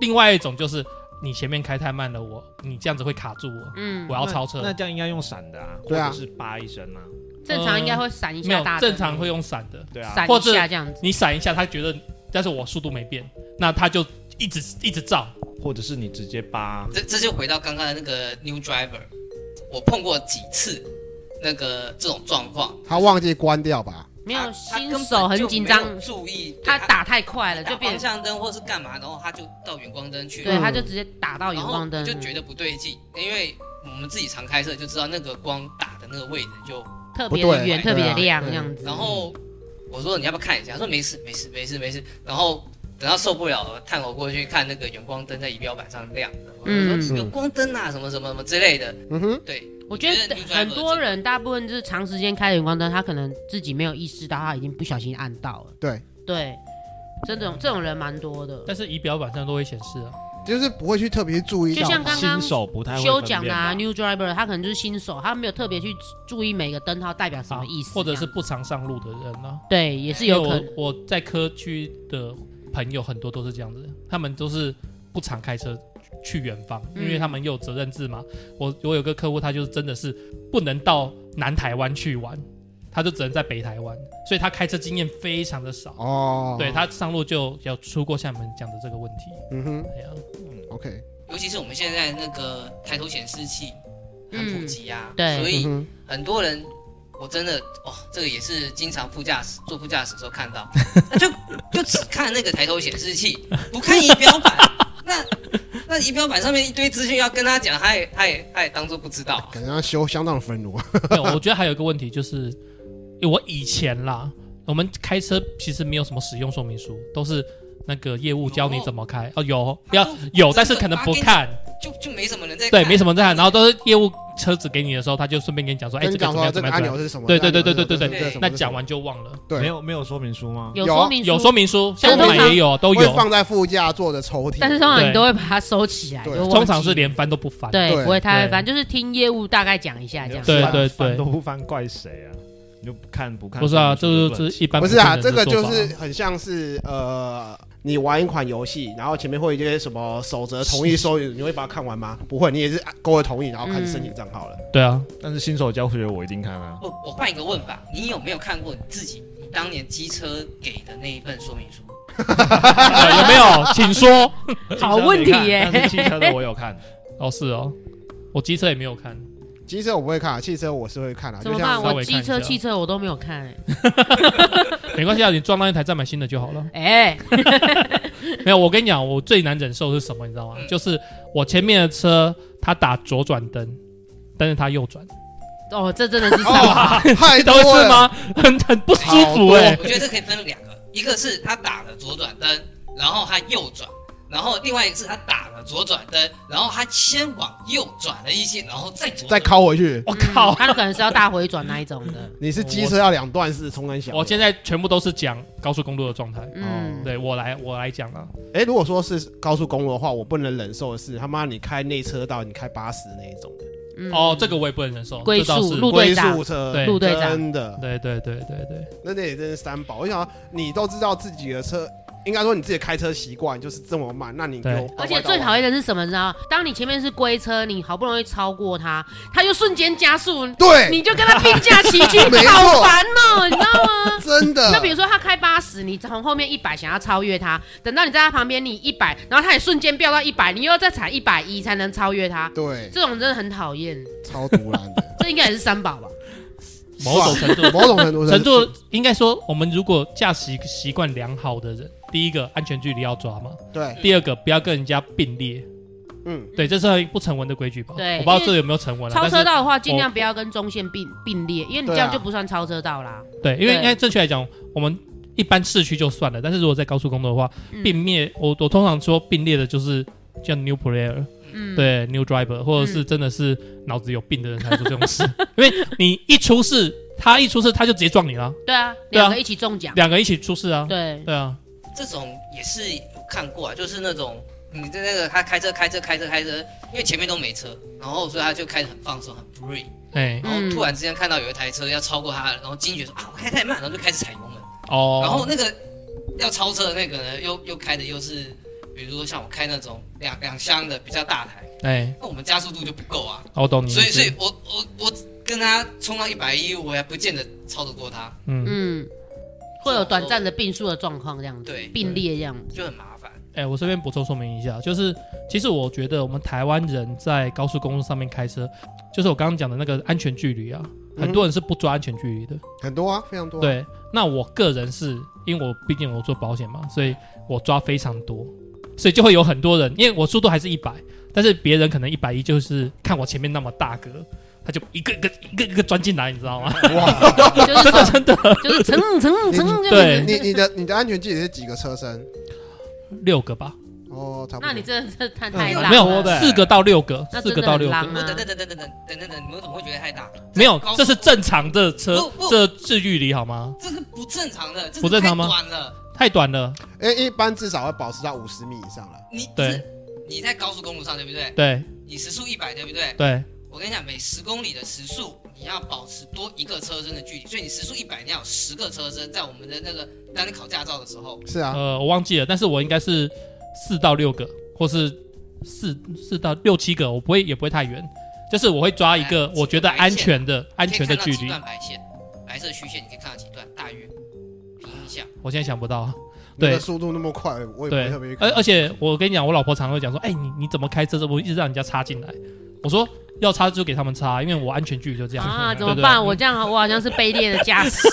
[SPEAKER 2] 另外一种就是你前面开太慢了，我你这样子会卡住我，
[SPEAKER 5] 嗯
[SPEAKER 2] 我，要超车。
[SPEAKER 4] 那这样应该用闪的啊，或
[SPEAKER 3] 对啊
[SPEAKER 4] 者是叭一声啊，
[SPEAKER 5] 正常应该会闪一
[SPEAKER 2] 呃没
[SPEAKER 5] 下
[SPEAKER 2] 有
[SPEAKER 5] 大，灯，
[SPEAKER 2] 正常会用闪的，
[SPEAKER 4] 对啊，
[SPEAKER 5] 闪
[SPEAKER 2] 或
[SPEAKER 5] 一
[SPEAKER 2] 者
[SPEAKER 5] 下这样子。
[SPEAKER 2] 你闪一下，他觉得，但是我速度没变，那他就一直一直照。
[SPEAKER 4] 或者是你直接叭，
[SPEAKER 1] 这这就回到刚刚的那个 new driver，我碰过几次那个这种状况，
[SPEAKER 3] 他忘记关掉吧？
[SPEAKER 5] 没有
[SPEAKER 1] 他他
[SPEAKER 5] 新
[SPEAKER 1] 根本
[SPEAKER 5] 手
[SPEAKER 1] 就
[SPEAKER 5] 很紧
[SPEAKER 1] 没
[SPEAKER 5] 张，
[SPEAKER 1] 有注意对
[SPEAKER 5] 他打太快了，
[SPEAKER 1] 打
[SPEAKER 5] 就变
[SPEAKER 1] 方向灯或是干嘛，然后他就到远光灯去了，
[SPEAKER 5] 对，
[SPEAKER 3] 嗯
[SPEAKER 5] 他就直接打到远
[SPEAKER 1] 然后
[SPEAKER 5] 光灯，
[SPEAKER 1] 就觉得不对劲，因为我们自己常开车就知道那个光打的那个位置就，
[SPEAKER 5] 特
[SPEAKER 3] 不
[SPEAKER 5] 别的
[SPEAKER 3] 对
[SPEAKER 1] 对
[SPEAKER 5] 远，特
[SPEAKER 1] 啊
[SPEAKER 5] 别的亮
[SPEAKER 3] 对
[SPEAKER 5] 这样子。
[SPEAKER 1] 然后我说你要不要看一下，他说没事没事没事没事，然后等到受不了了，探头过去看那个远光灯在仪表板上亮的，我
[SPEAKER 5] 嗯
[SPEAKER 1] 说远光灯啊什么什么什么之类的，
[SPEAKER 3] 嗯哼，
[SPEAKER 1] 对，
[SPEAKER 5] 我觉得
[SPEAKER 1] 你觉得
[SPEAKER 5] 很多人大部分就是长时间开远光灯，他可能自己没有意识到他已经不小心按到了。
[SPEAKER 3] 对
[SPEAKER 5] 对，这种这种人蛮多的。
[SPEAKER 2] 但是仪表板上都会显示啊，
[SPEAKER 3] 就是不会去特别注意
[SPEAKER 5] 就
[SPEAKER 3] 到
[SPEAKER 5] 像
[SPEAKER 3] 吧。
[SPEAKER 5] 刚刚
[SPEAKER 4] 新手不太会
[SPEAKER 5] 修
[SPEAKER 4] 分
[SPEAKER 5] 讲
[SPEAKER 4] 辨
[SPEAKER 5] 的啊
[SPEAKER 4] 吧
[SPEAKER 5] ，new driver，他可能就是新手，他没有特别去注意每个灯号代表什
[SPEAKER 2] 啊
[SPEAKER 5] 么意思这
[SPEAKER 2] 或
[SPEAKER 5] 样，
[SPEAKER 2] 者是不常上路的人啊，
[SPEAKER 5] 对，也是有
[SPEAKER 2] 因
[SPEAKER 5] 可
[SPEAKER 2] 为
[SPEAKER 5] 能。
[SPEAKER 2] 我我在科区的朋友很多都是这样子，他们都是不常开车去远方，
[SPEAKER 5] 嗯
[SPEAKER 2] 因为他们有责任制嘛。我我有个客户，他就是真的是不能到南台湾去玩，他就只能在北台湾，所以他开车经验非常的少。
[SPEAKER 3] 哦，
[SPEAKER 2] 对，他上路就有出过像你们讲的这个问题。
[SPEAKER 3] 嗯哼
[SPEAKER 2] 哎呀，
[SPEAKER 3] ，OK，
[SPEAKER 1] 尤其是我们现在那个抬头显示器很普及啊，
[SPEAKER 5] 嗯对
[SPEAKER 1] 所
[SPEAKER 3] 嗯
[SPEAKER 1] 以
[SPEAKER 3] 哼，
[SPEAKER 1] 很多人我真的哦，这个也是经常副驾驶坐副驾驶的时候看 到，那就就只看那个抬头显示器，不看仪表 板，那那仪表板上面一堆资讯要跟他讲，他也他也他也当做不知道，
[SPEAKER 3] 感觉要修相当的愤怒。
[SPEAKER 2] 没有，我觉得还有一个问题就是，因为我以前啦，我们开车其实没有什么使用说明书，都是那个业务教你怎么开。哦，有要有，但是可能不看，
[SPEAKER 1] 就就没什么人在
[SPEAKER 2] 对，没什么在看，然后都是业务车子给你的时候，他就顺便跟你讲说，哎，
[SPEAKER 3] 跟你
[SPEAKER 2] 这个怎
[SPEAKER 3] 讲
[SPEAKER 2] 么
[SPEAKER 3] 说
[SPEAKER 2] 样
[SPEAKER 3] 这
[SPEAKER 2] 怎
[SPEAKER 3] 个
[SPEAKER 2] 么
[SPEAKER 3] 按
[SPEAKER 2] 样怎
[SPEAKER 3] 钮
[SPEAKER 2] 么样。
[SPEAKER 3] 是什么？
[SPEAKER 2] 对对
[SPEAKER 3] 这个
[SPEAKER 2] 对
[SPEAKER 3] 按钮
[SPEAKER 2] 对
[SPEAKER 3] 是
[SPEAKER 1] 对
[SPEAKER 3] 什么
[SPEAKER 2] 对
[SPEAKER 3] 这个是什么
[SPEAKER 2] 那讲完就忘了，
[SPEAKER 3] 对
[SPEAKER 4] 没有没有说明书吗？
[SPEAKER 5] 有
[SPEAKER 3] 有
[SPEAKER 5] 说明
[SPEAKER 2] 有
[SPEAKER 5] 书
[SPEAKER 2] 说明书，像
[SPEAKER 5] 但
[SPEAKER 2] 我
[SPEAKER 5] 通
[SPEAKER 2] 们
[SPEAKER 5] 常
[SPEAKER 2] 也有都
[SPEAKER 3] 会
[SPEAKER 2] 哦有，
[SPEAKER 3] 放在副驾座的抽屉。
[SPEAKER 5] 但是通常
[SPEAKER 2] 对
[SPEAKER 5] 你都会把它收起来，
[SPEAKER 3] 对
[SPEAKER 5] 就忘记
[SPEAKER 2] 通常是连翻都不翻。
[SPEAKER 5] 对
[SPEAKER 3] 对
[SPEAKER 5] 不会太
[SPEAKER 2] 对
[SPEAKER 5] 反正就是听业务大概讲一下这样。
[SPEAKER 2] 对
[SPEAKER 4] 翻
[SPEAKER 2] 对
[SPEAKER 4] 翻
[SPEAKER 2] 对
[SPEAKER 4] 都不翻怪谁啊？你就不看不看？
[SPEAKER 2] 不是啊，
[SPEAKER 4] 说明
[SPEAKER 2] 这
[SPEAKER 4] 书
[SPEAKER 2] 就
[SPEAKER 4] 乱
[SPEAKER 2] 是一般
[SPEAKER 3] 不是啊，
[SPEAKER 2] 普
[SPEAKER 3] 这
[SPEAKER 2] 通
[SPEAKER 3] 个
[SPEAKER 2] 人的
[SPEAKER 3] 就
[SPEAKER 2] 做法
[SPEAKER 3] 是很像是呃，你玩一款游戏，然后前面会有一些什么守则同意收，你会把它看完吗？不会，你也是按勾了同意，然后开始申请账号了。
[SPEAKER 5] 嗯
[SPEAKER 2] 对啊，
[SPEAKER 4] 但是新手教学我一定看啊。
[SPEAKER 1] 我我换一个问法，你有没有看过你自己你当年机车给的那一份说明书？
[SPEAKER 2] 有没有？请说。
[SPEAKER 5] 好哦问题耶
[SPEAKER 4] 汽车没看但是汽车的我有看，
[SPEAKER 2] 哦，是哦，我机车也没有看。
[SPEAKER 3] 机车我不会看、啊，汽车我是会看啊。
[SPEAKER 5] 怎
[SPEAKER 3] 就
[SPEAKER 5] 么办？
[SPEAKER 3] 像
[SPEAKER 2] 稍
[SPEAKER 5] 我
[SPEAKER 2] 微
[SPEAKER 5] 机
[SPEAKER 2] 看一
[SPEAKER 5] 车、
[SPEAKER 2] 下
[SPEAKER 5] 汽车我都没有看欸，
[SPEAKER 2] 没关系啊，你撞到一台再买新的就好了。
[SPEAKER 5] 哎，
[SPEAKER 2] 没有，我跟你讲，我最难忍受是什么，你知道吗？
[SPEAKER 1] 嗯
[SPEAKER 2] 就是我前面的车，它打左转灯，但是它右转，
[SPEAKER 5] 哦，这真的是上法
[SPEAKER 3] 哦，太
[SPEAKER 2] 你
[SPEAKER 3] 多
[SPEAKER 2] 懂我意
[SPEAKER 3] 了？
[SPEAKER 2] 思吗？很很不舒服
[SPEAKER 3] 好嗯
[SPEAKER 2] 哎、
[SPEAKER 1] 我觉得这可以分两个，一个是他打了左转灯，然后他右转，然后另外一个是他打了左转灯，然后他先往右转了一些，然后再左转
[SPEAKER 3] 再拷回去，
[SPEAKER 2] 我靠！
[SPEAKER 5] 嗯他可能是要大回转那一种的。
[SPEAKER 3] 你是机车要两段式冲跟小。
[SPEAKER 2] 我现在全部都是讲高速公路的状态。
[SPEAKER 5] 嗯，
[SPEAKER 2] 对我来，我来讲啊，
[SPEAKER 3] 哎、如果说是高速公路的话，我不能忍受的是他妈你开内车道，你开八十那一种的
[SPEAKER 5] 嗯
[SPEAKER 2] 哦，这个我也不能忍受，
[SPEAKER 5] 龟
[SPEAKER 2] 这倒
[SPEAKER 5] 速
[SPEAKER 2] 是
[SPEAKER 5] 路
[SPEAKER 3] 龟
[SPEAKER 5] 队长
[SPEAKER 3] 速车，
[SPEAKER 2] 对
[SPEAKER 5] 陆队长
[SPEAKER 3] 真的，
[SPEAKER 2] 对对对对对，
[SPEAKER 3] 那那也真是三宝。我想说你都知道自己的车，应该说你自己的开车习惯就是这么慢，那你就
[SPEAKER 2] 对
[SPEAKER 5] 而且最讨厌的是什么？你知道吗？当你前面是龟车，你好不容易超过它，它又瞬间加速，
[SPEAKER 3] 对，
[SPEAKER 5] 你就跟它并驾齐驱，
[SPEAKER 3] 没错
[SPEAKER 5] 好烦哦、你知道 吗？
[SPEAKER 3] 真的。
[SPEAKER 5] 就比如说它开八十，你从后面一百想要超越它，等到你在它旁边，你一百，然后它也瞬间飙到一百，你又要再踩一百一才能超越它。
[SPEAKER 3] 对，
[SPEAKER 5] 这种真的很讨厌，
[SPEAKER 3] 超突然的，
[SPEAKER 5] 这应该也是三宝吧？
[SPEAKER 2] 某种 程度，
[SPEAKER 3] 某种程度上
[SPEAKER 2] 程度应该说，我们如果驾驶习惯良好的人，第一个安全距离要抓嘛，
[SPEAKER 3] 对，
[SPEAKER 2] 第二个不要跟人家并列，
[SPEAKER 3] 嗯，
[SPEAKER 2] 对，这是不成文的规矩吧？
[SPEAKER 5] 对
[SPEAKER 2] 我不知道这有没有成文啊，
[SPEAKER 5] 超
[SPEAKER 2] 但是
[SPEAKER 5] 车道的话，尽量不要跟中线并并列，因为你这样
[SPEAKER 3] 对啊
[SPEAKER 5] 就不算超车道啦。
[SPEAKER 2] 对，因为
[SPEAKER 5] 对
[SPEAKER 2] 应该正确来讲，我们一般市区就算了，但是如果在高速公路的话，
[SPEAKER 5] 嗯
[SPEAKER 2] 并列，我我通常说并列的就是像 new player，、
[SPEAKER 5] 嗯，
[SPEAKER 2] 对 new driver，或者是真的是脑子有病的人才会做这种事， 因为你一出事，他一出事他就直接撞你了，
[SPEAKER 5] 对啊，
[SPEAKER 2] 对啊
[SPEAKER 5] 两个一起中奖。
[SPEAKER 2] 两个一起出事啊，
[SPEAKER 5] 对，
[SPEAKER 2] 对啊，
[SPEAKER 1] 这种也是有看过啊，就是那种你在那个他开车开车开车开车，因为前面都没车，然后所以他就开始很放松很 free，
[SPEAKER 2] 哎、
[SPEAKER 1] 然后
[SPEAKER 5] 嗯
[SPEAKER 1] 突然之间看到有一台车要超过他了，然后惊觉说啊我开太慢，然后就开始踩油门，
[SPEAKER 2] 哦，
[SPEAKER 1] 然后那个要超车的那个呢又又开的又是，比如说像我开那种两两厢的比较大台，
[SPEAKER 2] 哎、
[SPEAKER 1] 那我们加速度就不够啊，
[SPEAKER 2] 我哦懂你意思，
[SPEAKER 1] 所以所以我我我跟他冲到一百一，我也不见得超得过他，
[SPEAKER 2] 嗯，
[SPEAKER 5] 嗯，会有短暂的并速的状况这样子，
[SPEAKER 1] 对
[SPEAKER 5] 并列这样子，
[SPEAKER 1] 就很麻烦。
[SPEAKER 2] 哎、我这边补充说明一下，就是其实我觉得我们台湾人在高速公路上面开车，就是我刚刚讲的那个安全距离啊，很多人是不抓安全距离的。
[SPEAKER 1] 嗯
[SPEAKER 3] 很多啊，非常多啊。
[SPEAKER 2] 对，那我个人是因为我毕竟我做保险嘛，所以我抓非常多，所以就会有很多人，因为我速度还是一百，但是别人可能一百一，就是看我前面那么大个，他就一个一个一个一个钻进来，你知道吗？
[SPEAKER 3] 哇，
[SPEAKER 5] 就是真的真的，就是蹭蹭蹭这样子。
[SPEAKER 3] 你你的你的安全距离是几个车身？
[SPEAKER 2] 六个吧，
[SPEAKER 3] 哦，差不多。
[SPEAKER 5] 那你真的是太太
[SPEAKER 3] 嗯
[SPEAKER 5] 大
[SPEAKER 2] 没
[SPEAKER 5] 了
[SPEAKER 2] 有
[SPEAKER 4] 对
[SPEAKER 2] 四个到六个，
[SPEAKER 5] 那
[SPEAKER 2] 四
[SPEAKER 5] 真
[SPEAKER 2] 个
[SPEAKER 5] 的
[SPEAKER 2] 到六
[SPEAKER 5] 很
[SPEAKER 2] 个，
[SPEAKER 5] 狼
[SPEAKER 1] 不等
[SPEAKER 5] 啊
[SPEAKER 1] 等！等等等等等等等，你们怎么会觉得太大？
[SPEAKER 2] 没有
[SPEAKER 1] 高，速
[SPEAKER 2] 这是正常的车
[SPEAKER 1] 不不
[SPEAKER 2] 这这距离好吗？
[SPEAKER 1] 这是不正常的，这是
[SPEAKER 2] 不正常
[SPEAKER 1] 太
[SPEAKER 2] 吗
[SPEAKER 1] 短了，
[SPEAKER 2] 太短了，
[SPEAKER 3] 哎，一般至少会保持到五十米以上了。
[SPEAKER 1] 你
[SPEAKER 2] 对
[SPEAKER 1] 是，你在高速公路上对不对？
[SPEAKER 2] 对
[SPEAKER 1] 你时速一百对不对？
[SPEAKER 2] 对，
[SPEAKER 1] 我跟你讲，每十公里的时速，你要保持多一个车身的距离，所以你时速一百，你要有十个车身。在我们的那个当你考驾照的时候，
[SPEAKER 3] 是啊，
[SPEAKER 2] 呃，我忘记了，但是我应该是四到六个，或是四四到六七个，我不会也不会太远，就是我会抓一个
[SPEAKER 1] 哎
[SPEAKER 2] 我觉得
[SPEAKER 1] 这个白
[SPEAKER 2] 安
[SPEAKER 1] 线
[SPEAKER 2] 全的安
[SPEAKER 1] 你可
[SPEAKER 2] 全
[SPEAKER 1] 以
[SPEAKER 2] 的
[SPEAKER 1] 看到
[SPEAKER 2] 距
[SPEAKER 1] 几
[SPEAKER 2] 离。
[SPEAKER 1] 段白线，白色虚线，你可以看到几段，大约平一下。
[SPEAKER 2] 我现在想不到，
[SPEAKER 3] 那
[SPEAKER 2] 对
[SPEAKER 3] 个速度那么快，我也不会
[SPEAKER 2] 对
[SPEAKER 3] 特别去，
[SPEAKER 2] 而
[SPEAKER 3] 看。
[SPEAKER 2] 而且我跟你讲，我老婆常会讲说，哎、你你怎么开车这么一直让人家插进来？我说要插就给他们插，因为我安全距离就这样
[SPEAKER 5] 啊，
[SPEAKER 2] 对
[SPEAKER 5] 怎么
[SPEAKER 2] 对
[SPEAKER 5] 办？我这样好，我好像是卑劣的驾 驶，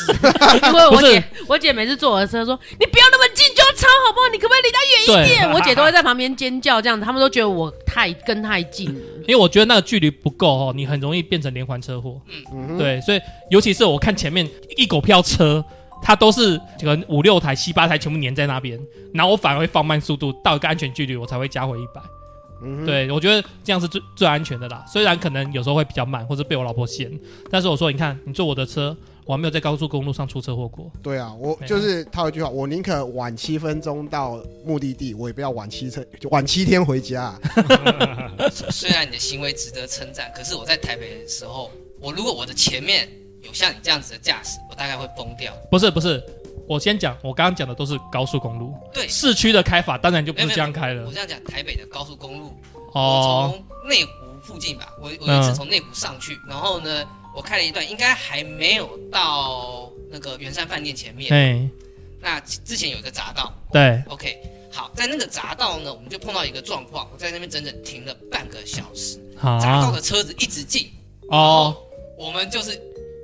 [SPEAKER 5] 因为我
[SPEAKER 2] 不是
[SPEAKER 5] 姐，我姐每次坐我的车说：“你不要那么近就要超，好不好？你可不可以离他
[SPEAKER 2] 对，
[SPEAKER 5] 远一点？”我姐都会在旁边尖叫，这样子，他们都觉得我太跟太近了。
[SPEAKER 2] 因为我觉得那个距离不够哦，你很容易变成连环车祸。
[SPEAKER 3] 嗯哼，
[SPEAKER 2] 对，所以尤其是我看前面一狗票车，它都是可能五六台、七八台全部粘在那边，然后我反而会放慢速度到一个安全距离，我才会加回一百、
[SPEAKER 3] 嗯哼，
[SPEAKER 2] 对，我觉得这样是最最安全的啦。虽然可能有时候会比较慢，或者被我老婆嫌，但是我说，你看你坐我的车，我还没有在高速公路上出车祸过。
[SPEAKER 3] 对啊，我
[SPEAKER 2] 对啊
[SPEAKER 3] 就是套一句话，我宁可晚七分钟到目的地，我也不要晚七车晚七天回家啊。
[SPEAKER 1] 虽然你的行为值得称赞，可是我在台北的时候，我如果我的前面有像你这样子的驾驶，我大概会崩掉。
[SPEAKER 2] 不是不是，我先讲，我刚刚讲的都是高速公路，
[SPEAKER 1] 对，
[SPEAKER 2] 市区的开法当然就不
[SPEAKER 1] 没
[SPEAKER 2] 是
[SPEAKER 1] 有
[SPEAKER 2] 这样开了
[SPEAKER 1] 我。这样讲，台北的高速公路，
[SPEAKER 2] 啊哦，
[SPEAKER 1] 我从内湖附近吧，我我一直从内湖上去，然后呢，我开了一段，应该还没有到那个圆山饭店前面。
[SPEAKER 2] 哎，
[SPEAKER 1] 那之前有一个匝道
[SPEAKER 2] 对，
[SPEAKER 1] ，OK，好，在那个匝道呢，我们就碰到一个状况，我在那边整整停了半个小时，
[SPEAKER 2] 好
[SPEAKER 1] 匝道的车子一直进，
[SPEAKER 2] 哦
[SPEAKER 1] 我们就是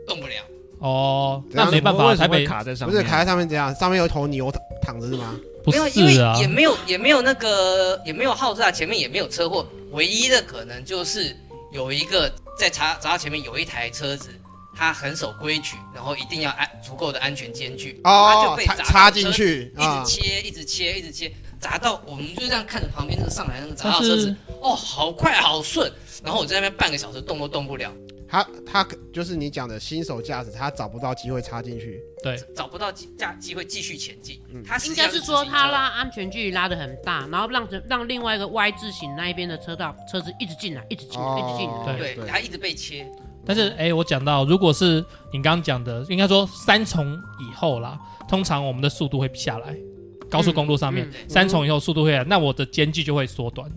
[SPEAKER 1] 动不了。
[SPEAKER 2] 哦，
[SPEAKER 3] 怎
[SPEAKER 2] 那
[SPEAKER 3] 样
[SPEAKER 2] 没办
[SPEAKER 4] 啊
[SPEAKER 2] 法，
[SPEAKER 4] 为什么
[SPEAKER 2] 台
[SPEAKER 4] 会
[SPEAKER 2] 北
[SPEAKER 4] 卡在上
[SPEAKER 3] 不
[SPEAKER 4] 面，
[SPEAKER 3] 是卡在上面怎样？上面有一头牛躺躺着是吗？
[SPEAKER 2] 不
[SPEAKER 1] 没有，因为
[SPEAKER 2] 是啊，
[SPEAKER 1] 也没有也没有那个也没有耗炸，前面也没有车祸，唯一的可能就是有一个在查查到前面有一台车子，它很守规矩，然后一定要安足够的安全间距，它就
[SPEAKER 3] 哦
[SPEAKER 1] 被，
[SPEAKER 3] 插
[SPEAKER 1] 砸到
[SPEAKER 3] 插
[SPEAKER 1] 车
[SPEAKER 3] 进，去
[SPEAKER 1] 一
[SPEAKER 3] 啊
[SPEAKER 1] 直，切一直切一直切，砸到我们就这样看着旁边那个上来那个砸
[SPEAKER 2] 但
[SPEAKER 1] 到车
[SPEAKER 2] 是
[SPEAKER 1] 子，哦，好快好顺，然后我在那边半个小时动都动不了，
[SPEAKER 3] 他他就是你讲的新手驾驶，他找不到机会插进去。
[SPEAKER 1] 找不到机架机会继续前进
[SPEAKER 3] 嗯，
[SPEAKER 1] 它实
[SPEAKER 5] 应
[SPEAKER 1] 际
[SPEAKER 5] 该
[SPEAKER 1] 上
[SPEAKER 5] 是说
[SPEAKER 1] 自行
[SPEAKER 5] 他
[SPEAKER 1] 车
[SPEAKER 5] 拉安全距离拉的很大，然后让让另外一个 Y 字形那一边的车道车子一直进来，一直进来，一直进来。
[SPEAKER 3] 哦
[SPEAKER 1] 对，它一直被切，
[SPEAKER 2] 但
[SPEAKER 5] 嗯
[SPEAKER 2] 是哎、诶我讲到，如果是你刚刚讲的，应该说三重以后啦，通常我们的速度会下来，高速公路上面、
[SPEAKER 5] 嗯
[SPEAKER 1] 嗯
[SPEAKER 2] 三重以后速度会下来，那我的间距就会缩短，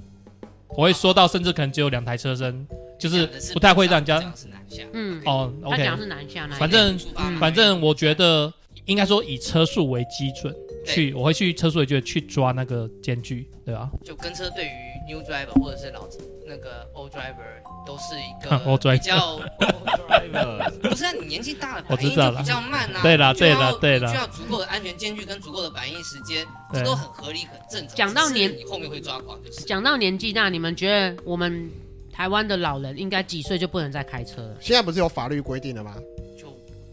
[SPEAKER 2] 我会缩到甚至可能只有两台车身，就是
[SPEAKER 1] 讲的
[SPEAKER 2] 不太会让人
[SPEAKER 1] 这
[SPEAKER 2] 家
[SPEAKER 1] 样是南下。
[SPEAKER 5] 嗯，
[SPEAKER 2] 哦
[SPEAKER 5] 他
[SPEAKER 2] ，OK，
[SPEAKER 5] 讲的是南下那一边，
[SPEAKER 2] 反正
[SPEAKER 5] 嗯
[SPEAKER 2] 反正我觉得应该说以车速为基准去，我会去车速为基准去抓那个间距，对吧？
[SPEAKER 1] 就跟车对于 new driver 或者是老那个 old driver 都是一
[SPEAKER 2] Old
[SPEAKER 1] 个
[SPEAKER 2] driver
[SPEAKER 1] 比较，
[SPEAKER 4] 呃
[SPEAKER 1] 不是、啊、你年纪大了，
[SPEAKER 2] 我
[SPEAKER 1] 反
[SPEAKER 2] 知
[SPEAKER 1] 应
[SPEAKER 2] 道
[SPEAKER 1] 就
[SPEAKER 2] 了
[SPEAKER 1] 比较慢啊。
[SPEAKER 2] 对啦
[SPEAKER 1] 你就要
[SPEAKER 2] 对啦对啦
[SPEAKER 1] 你就要足够的安全间距跟足够的反应时间，这
[SPEAKER 2] 对
[SPEAKER 1] 都很合理很正常。
[SPEAKER 5] 讲到
[SPEAKER 1] 只是
[SPEAKER 5] 年
[SPEAKER 1] 你后面会抓狂就是。
[SPEAKER 5] 讲到年纪大，你们觉得我们台湾的老人应该几岁就不能再开车了？
[SPEAKER 3] 现在不是有法律规定的吗？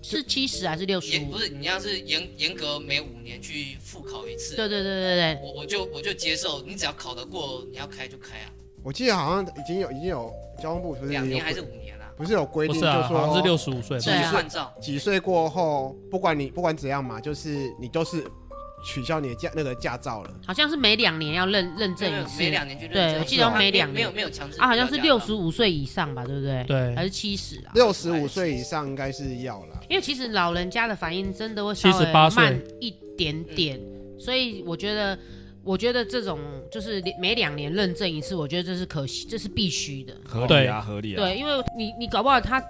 [SPEAKER 1] 就是
[SPEAKER 5] 七十还是六十
[SPEAKER 1] 严
[SPEAKER 5] 五
[SPEAKER 1] 不？是你要是严严格每五年去复考一次，
[SPEAKER 5] 对对对对
[SPEAKER 1] 我我就我就接受，你只要考得过，你要开就开啊，
[SPEAKER 3] 我记得好像已经有已经有交通部不是
[SPEAKER 1] 两
[SPEAKER 3] 有
[SPEAKER 1] 年还是五年啊，
[SPEAKER 3] 不是有规
[SPEAKER 2] 不
[SPEAKER 3] 定，
[SPEAKER 2] 是
[SPEAKER 3] 就
[SPEAKER 2] 啊，好像是
[SPEAKER 3] 说
[SPEAKER 2] 六十五岁吧
[SPEAKER 5] 对
[SPEAKER 1] 继续
[SPEAKER 5] 啊
[SPEAKER 1] 换照。
[SPEAKER 3] 几岁过后，不管你不管怎样嘛，就是你都是取消你的驾那个驾照了。
[SPEAKER 5] 好像是每两年要认认证
[SPEAKER 1] 没有
[SPEAKER 5] 一
[SPEAKER 1] 每
[SPEAKER 5] 次，
[SPEAKER 1] 两年就认
[SPEAKER 5] 对
[SPEAKER 1] 证
[SPEAKER 5] 我
[SPEAKER 1] 一
[SPEAKER 5] 记
[SPEAKER 1] 次
[SPEAKER 5] 得
[SPEAKER 1] 它
[SPEAKER 5] 每
[SPEAKER 1] 没
[SPEAKER 5] 两
[SPEAKER 1] 没有
[SPEAKER 5] 年
[SPEAKER 1] 没有强制
[SPEAKER 5] 啊，好像是
[SPEAKER 1] 必须要
[SPEAKER 5] 六
[SPEAKER 1] 驾
[SPEAKER 5] 十
[SPEAKER 1] 照
[SPEAKER 5] 五岁以上吧，对不对？
[SPEAKER 2] 对
[SPEAKER 5] 还是七十啊？
[SPEAKER 3] 六十五岁以上应该是要啦。
[SPEAKER 5] 因为其实老人家的反应真的会稍微
[SPEAKER 2] 78岁
[SPEAKER 5] 慢一点点，所以我觉得，我觉得这种就是每两年认证一次，我觉得这是可惜，这是必须的。
[SPEAKER 4] 合理啊，合理啊。
[SPEAKER 5] 对，因为你你搞不好他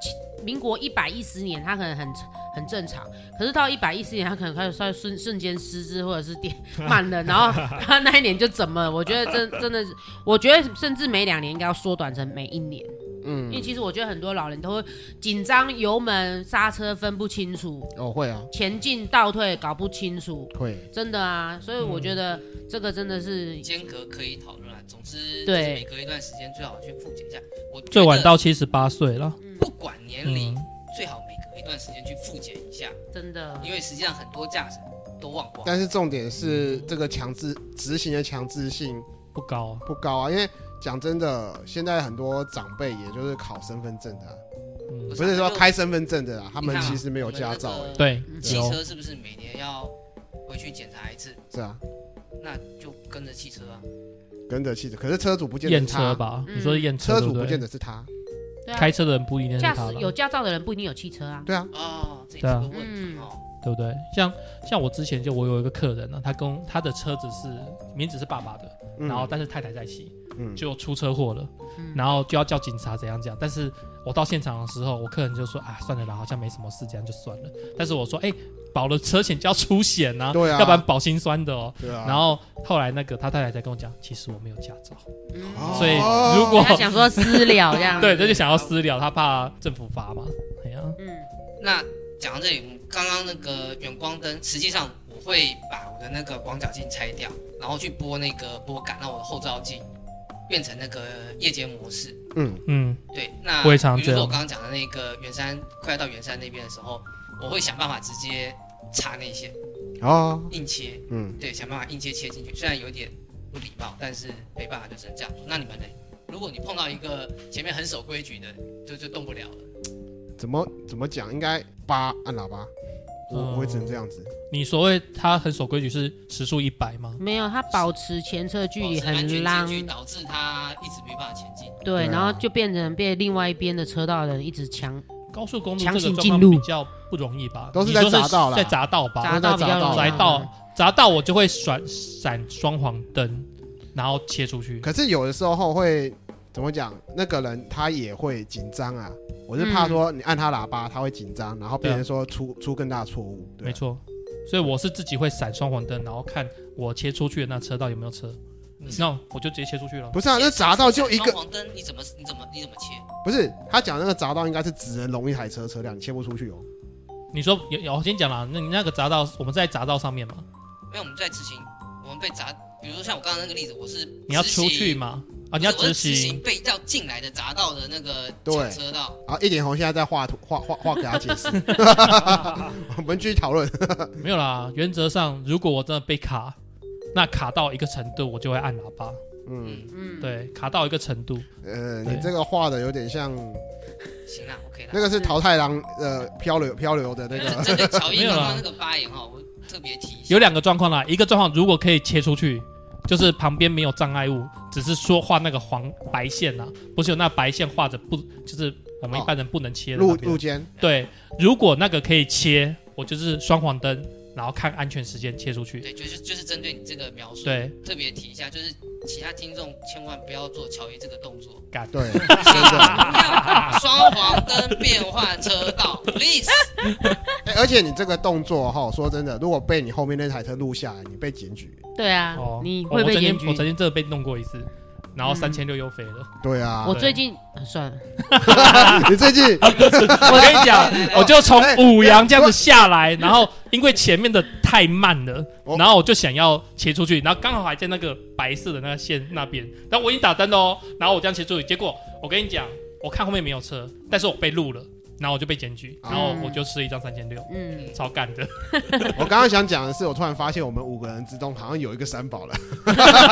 [SPEAKER 5] 民国一百一十年，他可能很很正常，可是到一百一十年，他可能开始瞬瞬瞬间失智或者是跌慢了，然后他那一年就怎么了？我觉得真真的是，我觉得甚至每两年应该要缩短成每一年，因为
[SPEAKER 3] 嗯，
[SPEAKER 5] 其实我觉得很多老人都会紧张，油门刹车分不清楚，
[SPEAKER 3] 哦，会啊，
[SPEAKER 5] 前进倒退搞不清楚，
[SPEAKER 3] 会。
[SPEAKER 5] 真的啊，所以我觉得这个真的是。
[SPEAKER 1] 间隔可以讨论啊。总之，
[SPEAKER 5] 对
[SPEAKER 1] 就是每隔一段时间最好去复检一下。我觉得
[SPEAKER 2] 最晚到七十八岁了。
[SPEAKER 1] 不管年龄
[SPEAKER 2] 嗯，，
[SPEAKER 1] 最好每隔一段时间去复检一下，
[SPEAKER 5] 真的，
[SPEAKER 1] 因为实际上很多驾驶都忘光。
[SPEAKER 3] 但是重点是这个强制执行的强制性
[SPEAKER 2] 不高。
[SPEAKER 3] 不高啊，因为讲真的，现在很多长辈也就是考身份证的啊、
[SPEAKER 2] 嗯
[SPEAKER 1] 不，
[SPEAKER 3] 不是说开身份证的啦，啊他们其实没有驾照、欸，。
[SPEAKER 2] 对，
[SPEAKER 5] 嗯
[SPEAKER 2] 哦
[SPEAKER 1] 汽
[SPEAKER 2] 有
[SPEAKER 1] 车是不是每年要回去检查一次？
[SPEAKER 3] 是啊，
[SPEAKER 1] 那就跟着汽车啊。
[SPEAKER 3] 跟着汽车，可是车主不见得
[SPEAKER 2] 验
[SPEAKER 3] 是
[SPEAKER 2] 车
[SPEAKER 3] 他，
[SPEAKER 2] 吧？
[SPEAKER 5] 嗯
[SPEAKER 2] 你说验车
[SPEAKER 3] 车
[SPEAKER 2] 对
[SPEAKER 3] 主
[SPEAKER 2] 不
[SPEAKER 3] 不见
[SPEAKER 2] 对？
[SPEAKER 3] 得是他，
[SPEAKER 5] 对啊
[SPEAKER 2] 开车的人不一定是
[SPEAKER 5] 驾
[SPEAKER 2] 他
[SPEAKER 5] 驶
[SPEAKER 2] 了，
[SPEAKER 5] 有驾照的人不一定有汽车啊。
[SPEAKER 3] 对啊，
[SPEAKER 1] 哦，这也是
[SPEAKER 2] 对啊
[SPEAKER 1] 个问题
[SPEAKER 5] 嗯
[SPEAKER 1] 哦。
[SPEAKER 2] 对不对？像像我之前就我有一个客人呢，啊他跟他的车子是名字是爸爸的，
[SPEAKER 3] 嗯、
[SPEAKER 2] 然后但是太太在骑，
[SPEAKER 3] 嗯
[SPEAKER 2] 就出车祸了，
[SPEAKER 5] 嗯
[SPEAKER 2] 然后就要叫警察怎样讲。但是我到现场的时候，我客人就说啊，算了啦，好像没什么事，这样就算了。但是我说，哎，保了车险就要出险呐、
[SPEAKER 3] 对啊
[SPEAKER 2] 要不然保心酸的哦。
[SPEAKER 3] 对啊，
[SPEAKER 2] 然后后来那个他太太才跟我讲，其实我没有驾照，
[SPEAKER 5] 嗯
[SPEAKER 3] 哦
[SPEAKER 2] 所以如果。
[SPEAKER 5] 他想说私了这样
[SPEAKER 3] 啊
[SPEAKER 2] 对，这就想要私了，他怕政府罚嘛。哎呀、
[SPEAKER 5] 嗯，
[SPEAKER 1] 那讲到这里，刚刚那个远光灯，实际上我会把我的那个广角镜拆掉，然后去拨那个拨杆，让我的后照镜变成那个夜间模式。
[SPEAKER 3] 嗯，
[SPEAKER 2] 嗯，
[SPEAKER 1] 对，那
[SPEAKER 2] 我也常
[SPEAKER 1] 比如
[SPEAKER 2] 这
[SPEAKER 1] 说
[SPEAKER 2] 样
[SPEAKER 1] 我刚刚讲的那个圆山，快要到圆山那边的时候，我会想办法直接插内线
[SPEAKER 3] 哦，
[SPEAKER 1] 硬切，
[SPEAKER 3] 嗯，
[SPEAKER 1] 对，想办法硬切切进去。虽然有点不礼貌，但是没办法，就只能这样。那你们呢？如果你碰到一个前面很守规矩的，就就动不了了。
[SPEAKER 3] 怎么怎么讲，应该八按喇叭，我、
[SPEAKER 2] 嗯
[SPEAKER 3] 我会只能这样子，
[SPEAKER 2] 你所谓他很守规矩是时速一百吗？
[SPEAKER 5] 没有，他保持前车距离
[SPEAKER 1] 保持
[SPEAKER 5] 很
[SPEAKER 1] 哦安全，
[SPEAKER 5] 浪
[SPEAKER 1] 间距导致他一直没办法前进。
[SPEAKER 5] 对，
[SPEAKER 3] 对啊
[SPEAKER 5] 然后就变成被另外一边的车道的人一直抢。
[SPEAKER 2] 高速公路
[SPEAKER 5] 强
[SPEAKER 2] 这
[SPEAKER 5] 行
[SPEAKER 2] 个
[SPEAKER 5] 进
[SPEAKER 2] 状
[SPEAKER 5] 入
[SPEAKER 2] 况比较不容易吧？
[SPEAKER 3] 都是
[SPEAKER 2] 你
[SPEAKER 3] 在
[SPEAKER 2] 说
[SPEAKER 3] 匝道啦
[SPEAKER 2] 在匝道吧？
[SPEAKER 5] 匝道比较容易
[SPEAKER 2] 匝道
[SPEAKER 5] 嗯，
[SPEAKER 2] 匝道我就会闪闪双黄灯，然后切出去。
[SPEAKER 3] 可是有的时候会怎么讲，那个人他也会紧张啊。我是
[SPEAKER 2] 嗯
[SPEAKER 3] 怕说你按他喇叭，他会紧张，然后变成说出出更大的错误。对啊
[SPEAKER 2] 没，错，所以我是自己会闪双黄灯，然后看我切出去的那车道有没有车，
[SPEAKER 3] 嗯
[SPEAKER 2] 那我就直接切出去了。
[SPEAKER 3] 不是啊，那匝道就一个
[SPEAKER 1] 闪，黄灯，你怎么你怎么你怎么切？
[SPEAKER 3] 不是他讲那个匝道应该是只能容一台车车辆，你切不出去哦。
[SPEAKER 2] 你说有有，我先讲啦，那你那个匝道，我们在匝道上面嘛，
[SPEAKER 1] 因为我们在执行，我们被砸，比如说像我刚刚那个例子，我是
[SPEAKER 2] 你要出
[SPEAKER 1] 直
[SPEAKER 2] 去
[SPEAKER 1] 行
[SPEAKER 2] 嘛？
[SPEAKER 1] 不
[SPEAKER 2] 啊，你
[SPEAKER 1] 是
[SPEAKER 2] 要
[SPEAKER 1] 我是
[SPEAKER 2] 直
[SPEAKER 1] 直行
[SPEAKER 2] 行，
[SPEAKER 1] 被要进来的匝道的那个
[SPEAKER 3] 对
[SPEAKER 1] 抢车道，
[SPEAKER 3] 啊，一点红现在在画图画画画给他解 释，我们继续讨论。
[SPEAKER 2] 没有啦。原则上，如果我真的被卡，那卡到一个程度，我就会按喇叭。
[SPEAKER 3] 嗯，
[SPEAKER 1] 嗯，
[SPEAKER 5] 嗯，，
[SPEAKER 2] 对，卡到一个程度，
[SPEAKER 3] 呃，
[SPEAKER 2] 对
[SPEAKER 3] 你这个画的有点像
[SPEAKER 1] 嗯行啦，OK 啦。
[SPEAKER 3] 那个是桃太郎呃漂流漂流的那
[SPEAKER 1] 因为
[SPEAKER 3] 个，
[SPEAKER 1] 针对乔伊
[SPEAKER 2] 没有
[SPEAKER 1] 刚
[SPEAKER 2] 啦
[SPEAKER 1] 刚那个发言哈，我特别提一下
[SPEAKER 2] 有两个状况啦，一个状况如果可以切出去，就是旁边没有障碍物，只是说画那个黄白线呐、不是有那白线画着不，就是我们一般人不能切的
[SPEAKER 3] 路
[SPEAKER 2] 那边、
[SPEAKER 3] 哦路肩，
[SPEAKER 2] 对，如果那个可以切，我就是双黄灯，然后看安全时间切出去。
[SPEAKER 1] 对，就是就是针对你这个描述，
[SPEAKER 2] 对，
[SPEAKER 1] 特别提一下，就是其他听众千万不要做乔伊这个动作，
[SPEAKER 3] 对， 真的。
[SPEAKER 1] 双黄灯变换车道，please，
[SPEAKER 3] 哎而且你这个动作哈，说真的，如果被你后面那台车录下来，你被检举。
[SPEAKER 5] 对啊，你
[SPEAKER 2] 我
[SPEAKER 5] 会
[SPEAKER 2] 哦我
[SPEAKER 5] 被
[SPEAKER 2] 曾
[SPEAKER 5] 检
[SPEAKER 2] 经
[SPEAKER 5] 举
[SPEAKER 2] 我。曾经真的被弄过一次，然后
[SPEAKER 5] 嗯
[SPEAKER 2] 三千六又飞了。
[SPEAKER 3] 对啊
[SPEAKER 5] 我，最近呃算了，
[SPEAKER 3] 你最近
[SPEAKER 5] 嗯
[SPEAKER 2] 我跟你讲，我就从
[SPEAKER 3] 哎
[SPEAKER 2] 五羊这样子下来，然后因为前面的太慢了
[SPEAKER 3] 我，
[SPEAKER 2] 然后我就想要切出去，然后刚好还在那个白色的那个线那边，但我已经打灯了哦，然后我这样切出去，结果我跟你讲，我看后面没有车，但是我被录了，然后我就被检举，
[SPEAKER 3] 嗯
[SPEAKER 2] 然后我就吃了一张三千六，
[SPEAKER 5] 嗯，
[SPEAKER 2] 超干的。
[SPEAKER 3] 我刚刚想讲的是，我突然发现我们五个人之中好像有一个三宝了。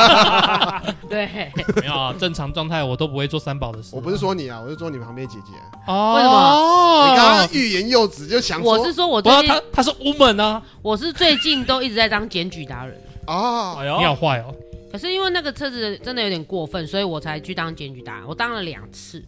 [SPEAKER 5] 对，
[SPEAKER 2] 没有啊，正常状态我都不会做三宝的事。
[SPEAKER 3] 我不是说你啊，我是说你旁边姐姐。
[SPEAKER 2] 哦，
[SPEAKER 5] 为什
[SPEAKER 2] 么
[SPEAKER 3] 你刚刚欲言又止，就想
[SPEAKER 5] 我
[SPEAKER 3] 说
[SPEAKER 5] 是说我
[SPEAKER 2] 不
[SPEAKER 5] 最
[SPEAKER 2] 要
[SPEAKER 5] 近
[SPEAKER 2] 他他是 woman 啊，
[SPEAKER 5] 我是最近都一直在当检举达人，
[SPEAKER 3] 哦，
[SPEAKER 2] 你好坏哦。
[SPEAKER 5] 可是因为那个车子真的有点过分，所以我才去当检举达人。我当了两次，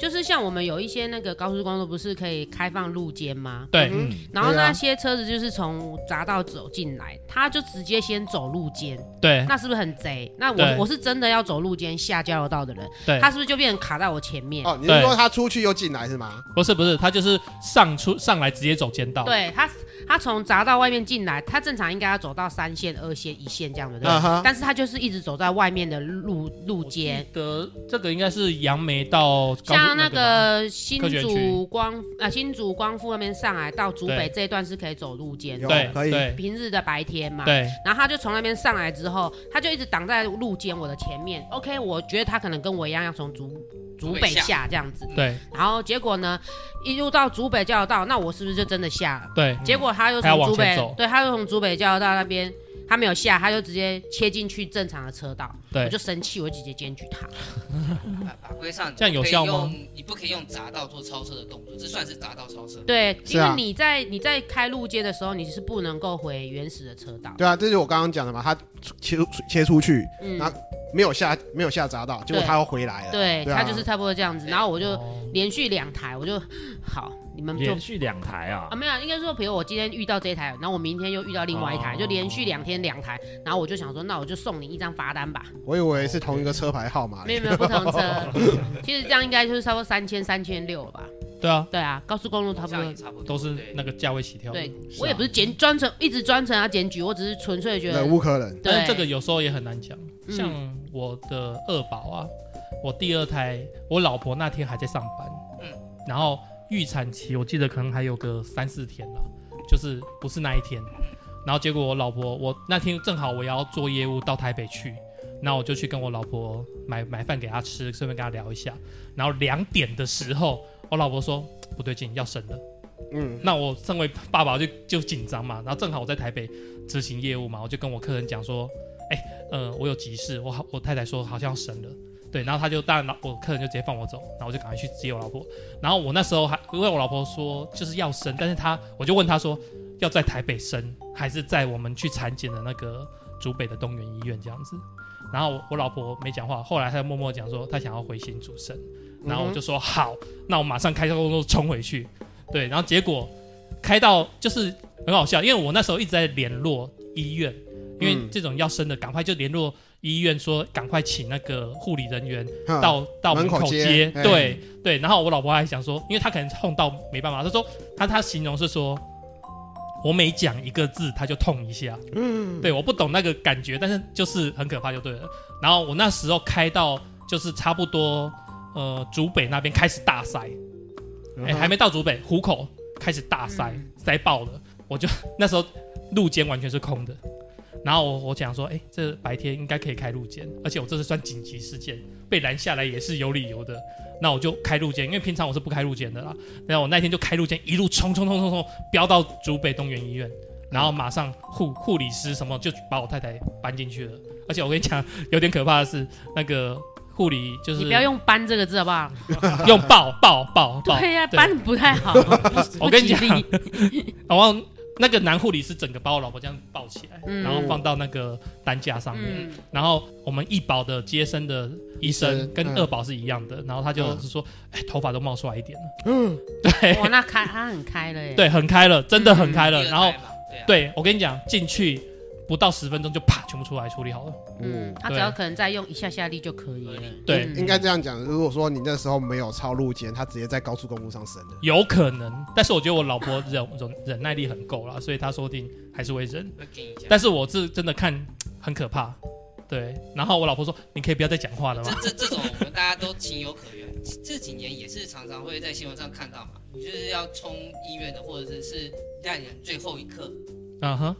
[SPEAKER 5] 就是像我们有一些那个高速公路不是可以开放路肩吗？
[SPEAKER 2] 对，
[SPEAKER 3] 嗯
[SPEAKER 4] 嗯，
[SPEAKER 5] 然后
[SPEAKER 3] 对啊
[SPEAKER 5] 那些车子就是从匝道走进来，他就直接先走路肩，
[SPEAKER 2] 对
[SPEAKER 5] 那是不是很贼？那
[SPEAKER 2] 哎对
[SPEAKER 5] 我我是真的要走路肩下交流道的人，
[SPEAKER 2] 对
[SPEAKER 5] 他，是不是就变成卡在我前面？
[SPEAKER 3] 哦，你是说他出去又进来是吗？
[SPEAKER 2] 不是不是，他就是上出上来直接走街道。
[SPEAKER 5] 对他，他从匝道外面进来，他正常应该要走到三线、二线、一线这样的，对不对
[SPEAKER 2] 嗯
[SPEAKER 3] 啊哈
[SPEAKER 5] 但是他就是一直走在外面的路路肩，
[SPEAKER 2] 的这个应该是杨梅到高
[SPEAKER 5] 像那
[SPEAKER 2] 哦那吧
[SPEAKER 5] 个新
[SPEAKER 2] 科学
[SPEAKER 5] 竹
[SPEAKER 2] 区
[SPEAKER 5] 光啊，新竹光复那边上来到竹北
[SPEAKER 2] 对
[SPEAKER 5] 这一段是可以走路肩的，
[SPEAKER 2] 对
[SPEAKER 3] 可以
[SPEAKER 2] 对
[SPEAKER 5] 平日的白天嘛。。
[SPEAKER 2] 对
[SPEAKER 5] 然后他就从那边上来之后，他就一直挡在路肩我的前面。OK，我觉得他可能跟我一样要从竹竹
[SPEAKER 1] 竹北
[SPEAKER 5] 北
[SPEAKER 1] 下
[SPEAKER 5] 下这样子。
[SPEAKER 2] 对
[SPEAKER 5] 然后结果呢，一路到竹北交流道，那我是不是就真的下了？
[SPEAKER 2] 对，
[SPEAKER 5] 结果他又
[SPEAKER 2] 他要
[SPEAKER 5] 从
[SPEAKER 2] 往
[SPEAKER 5] 竹
[SPEAKER 2] 前
[SPEAKER 5] 北
[SPEAKER 2] 走，
[SPEAKER 5] 对，他又从竹北交流道那边，他没有下，他就直接切进去正常的车道。
[SPEAKER 2] 对啊
[SPEAKER 5] 我就生气，我就直接检举他。
[SPEAKER 1] 法法规上
[SPEAKER 2] 嗯这样有效吗
[SPEAKER 1] 你不可以用？你不可以用匝道做超车的动作，这算是匝道超车。
[SPEAKER 5] 对，
[SPEAKER 3] 是
[SPEAKER 5] 因为
[SPEAKER 3] 啊
[SPEAKER 5] 你在你在开路街的时候，你是不能够回原始的车道。
[SPEAKER 3] 对啊，这就是我刚刚讲的嘛，他切切出去
[SPEAKER 5] 嗯，
[SPEAKER 3] 然后没有下没有下匝道，结果他又回来了。
[SPEAKER 5] 对，
[SPEAKER 3] 对啊
[SPEAKER 5] 他就是差不多这样子。
[SPEAKER 1] 对
[SPEAKER 5] 然后我就
[SPEAKER 2] 哦
[SPEAKER 5] 连续两台，我就好，你们就
[SPEAKER 4] 连续两台啊
[SPEAKER 5] 啊，没有，应该说，比如我今天遇到这一台，然后我明天又遇到另外一台，
[SPEAKER 4] 哦
[SPEAKER 5] 就连续两天两台。然后我就想说，那我就送你一张罚单吧。
[SPEAKER 3] 我以为是同一个车牌号码。
[SPEAKER 5] 没有没有，不同车。其实这样应该就是差不多三千三千六了吧？
[SPEAKER 2] 对啊，
[SPEAKER 5] 对啊，高速公路差
[SPEAKER 1] 好
[SPEAKER 5] 不多
[SPEAKER 1] 像也。差不多
[SPEAKER 2] 都是
[SPEAKER 1] 对
[SPEAKER 2] 那个价位起跳。
[SPEAKER 5] 对
[SPEAKER 4] 是啊
[SPEAKER 5] 我也不是检专程一直专程要检举，我只是纯粹觉得
[SPEAKER 3] 忍无可忍。
[SPEAKER 5] 对
[SPEAKER 2] 但是这个有时候也很难讲。
[SPEAKER 5] 嗯
[SPEAKER 2] 像我的二宝啊，我第二胎，我老婆那天还在上班，
[SPEAKER 1] 嗯
[SPEAKER 2] 然后预产期我记得可能还有个三四天啦，就是不是那一天。然后结果我老婆，我那天正好我要做业务到台北去，然后我就去跟我老婆买买饭给她吃，顺便跟她聊一下。然后两点的时候，我老婆说不对劲，要生了。
[SPEAKER 3] 嗯，
[SPEAKER 2] 那我身为爸爸就就紧张嘛，然后正好我在台北执行业务嘛，我就跟我客人讲说，哎、呃，我有急事，我好我太太说好像要生了，对，然后他就当然老我客人就直接放我走，然后我就赶快去接我老婆，然后我那时候还因为我老婆说就是要生，但是她我就问她说要在台北生还是在我们去产检的那个竹北的东源医院这样子，然后我我老婆没讲话，后来她就默默讲说她想要回新竹生，然后我就说好，那我马上开车公路冲回去，对，然后结果开到就是很好笑，因为我那时候一直在联络医院，因为
[SPEAKER 3] 嗯
[SPEAKER 2] 这种要生的赶快就联络医院说赶快请那个护理人员
[SPEAKER 3] 哼
[SPEAKER 2] 到到
[SPEAKER 3] 啊门
[SPEAKER 2] 门
[SPEAKER 3] 口
[SPEAKER 2] 口
[SPEAKER 3] 接
[SPEAKER 2] 接，
[SPEAKER 3] 哎
[SPEAKER 2] 对对。然后我老婆还想说，因为她可能痛到没办法，她说她她形容是说，我每讲一个字，她就痛一下。嗯，对，我不懂那个感觉，但是就是很可怕就对了。然后我那时候开到就是差不多呃竹北那边开始大塞，
[SPEAKER 3] 嗯
[SPEAKER 2] 哎、还没到竹北，虎口开始大塞，
[SPEAKER 5] 嗯
[SPEAKER 2] 塞爆了。我就 那时候路肩完全是空的，然后我我想说，哎、这白天应该可以开路肩，而且我这是算紧急事件，被拦下来也是有理由的。那我就开路肩，因为平常我是不开路肩的啦。然后我那天就开路肩，一路冲冲冲冲冲，飙到竹北东园医院，然后马上护护理师什么就把我太太搬进去了。而且我跟你讲，有点可怕的是，那个护理就是
[SPEAKER 5] 你不要用“搬”这个字好不好？
[SPEAKER 2] 用抱抱抱抱，
[SPEAKER 5] 对呀，
[SPEAKER 2] 对
[SPEAKER 5] 搬不太好。
[SPEAKER 2] 我跟你
[SPEAKER 5] 不吉利
[SPEAKER 2] 讲，然后那个男护理师整个把我老婆这样抱起来，
[SPEAKER 5] 嗯
[SPEAKER 2] 然后放到那个担架上面。
[SPEAKER 5] 嗯，
[SPEAKER 2] 然后我们一保的接生的医
[SPEAKER 3] 医
[SPEAKER 2] 生
[SPEAKER 3] 生
[SPEAKER 2] 跟
[SPEAKER 3] 嗯
[SPEAKER 2] 二保是一样的，然后他就是说，哎、头发都冒出来一点
[SPEAKER 3] 嗯
[SPEAKER 2] 了，
[SPEAKER 5] 哇，那开他很开了耶。
[SPEAKER 2] 对，很开了，真的很开
[SPEAKER 1] 第
[SPEAKER 3] 嗯
[SPEAKER 2] 了。
[SPEAKER 1] 二
[SPEAKER 2] 然后
[SPEAKER 1] 胎嘛对啊，
[SPEAKER 2] 对我跟你讲，进去不到十分钟就啪全部出来处理好了。
[SPEAKER 5] 嗯，他只
[SPEAKER 2] 对
[SPEAKER 5] 要可能再用一下下力就可以了。
[SPEAKER 2] 对
[SPEAKER 5] 嗯
[SPEAKER 3] 应该这样讲，如果说你那时候没有超路肩，他直接在高速公路上生的。
[SPEAKER 2] 有可能，但是我觉得我老婆忍忍忍耐力很够啦，所以她说不定还是会忍。
[SPEAKER 1] 会给你讲。
[SPEAKER 2] 但是我是真的看很可怕，对。然后我老婆说：“你可以不要再讲话了吗？”
[SPEAKER 1] 这这这种我们大家都情有可原，这这几年也是常常会在新闻上看到嘛，你就是要冲医院的，或者是是让人最后一刻，
[SPEAKER 2] 嗯哼，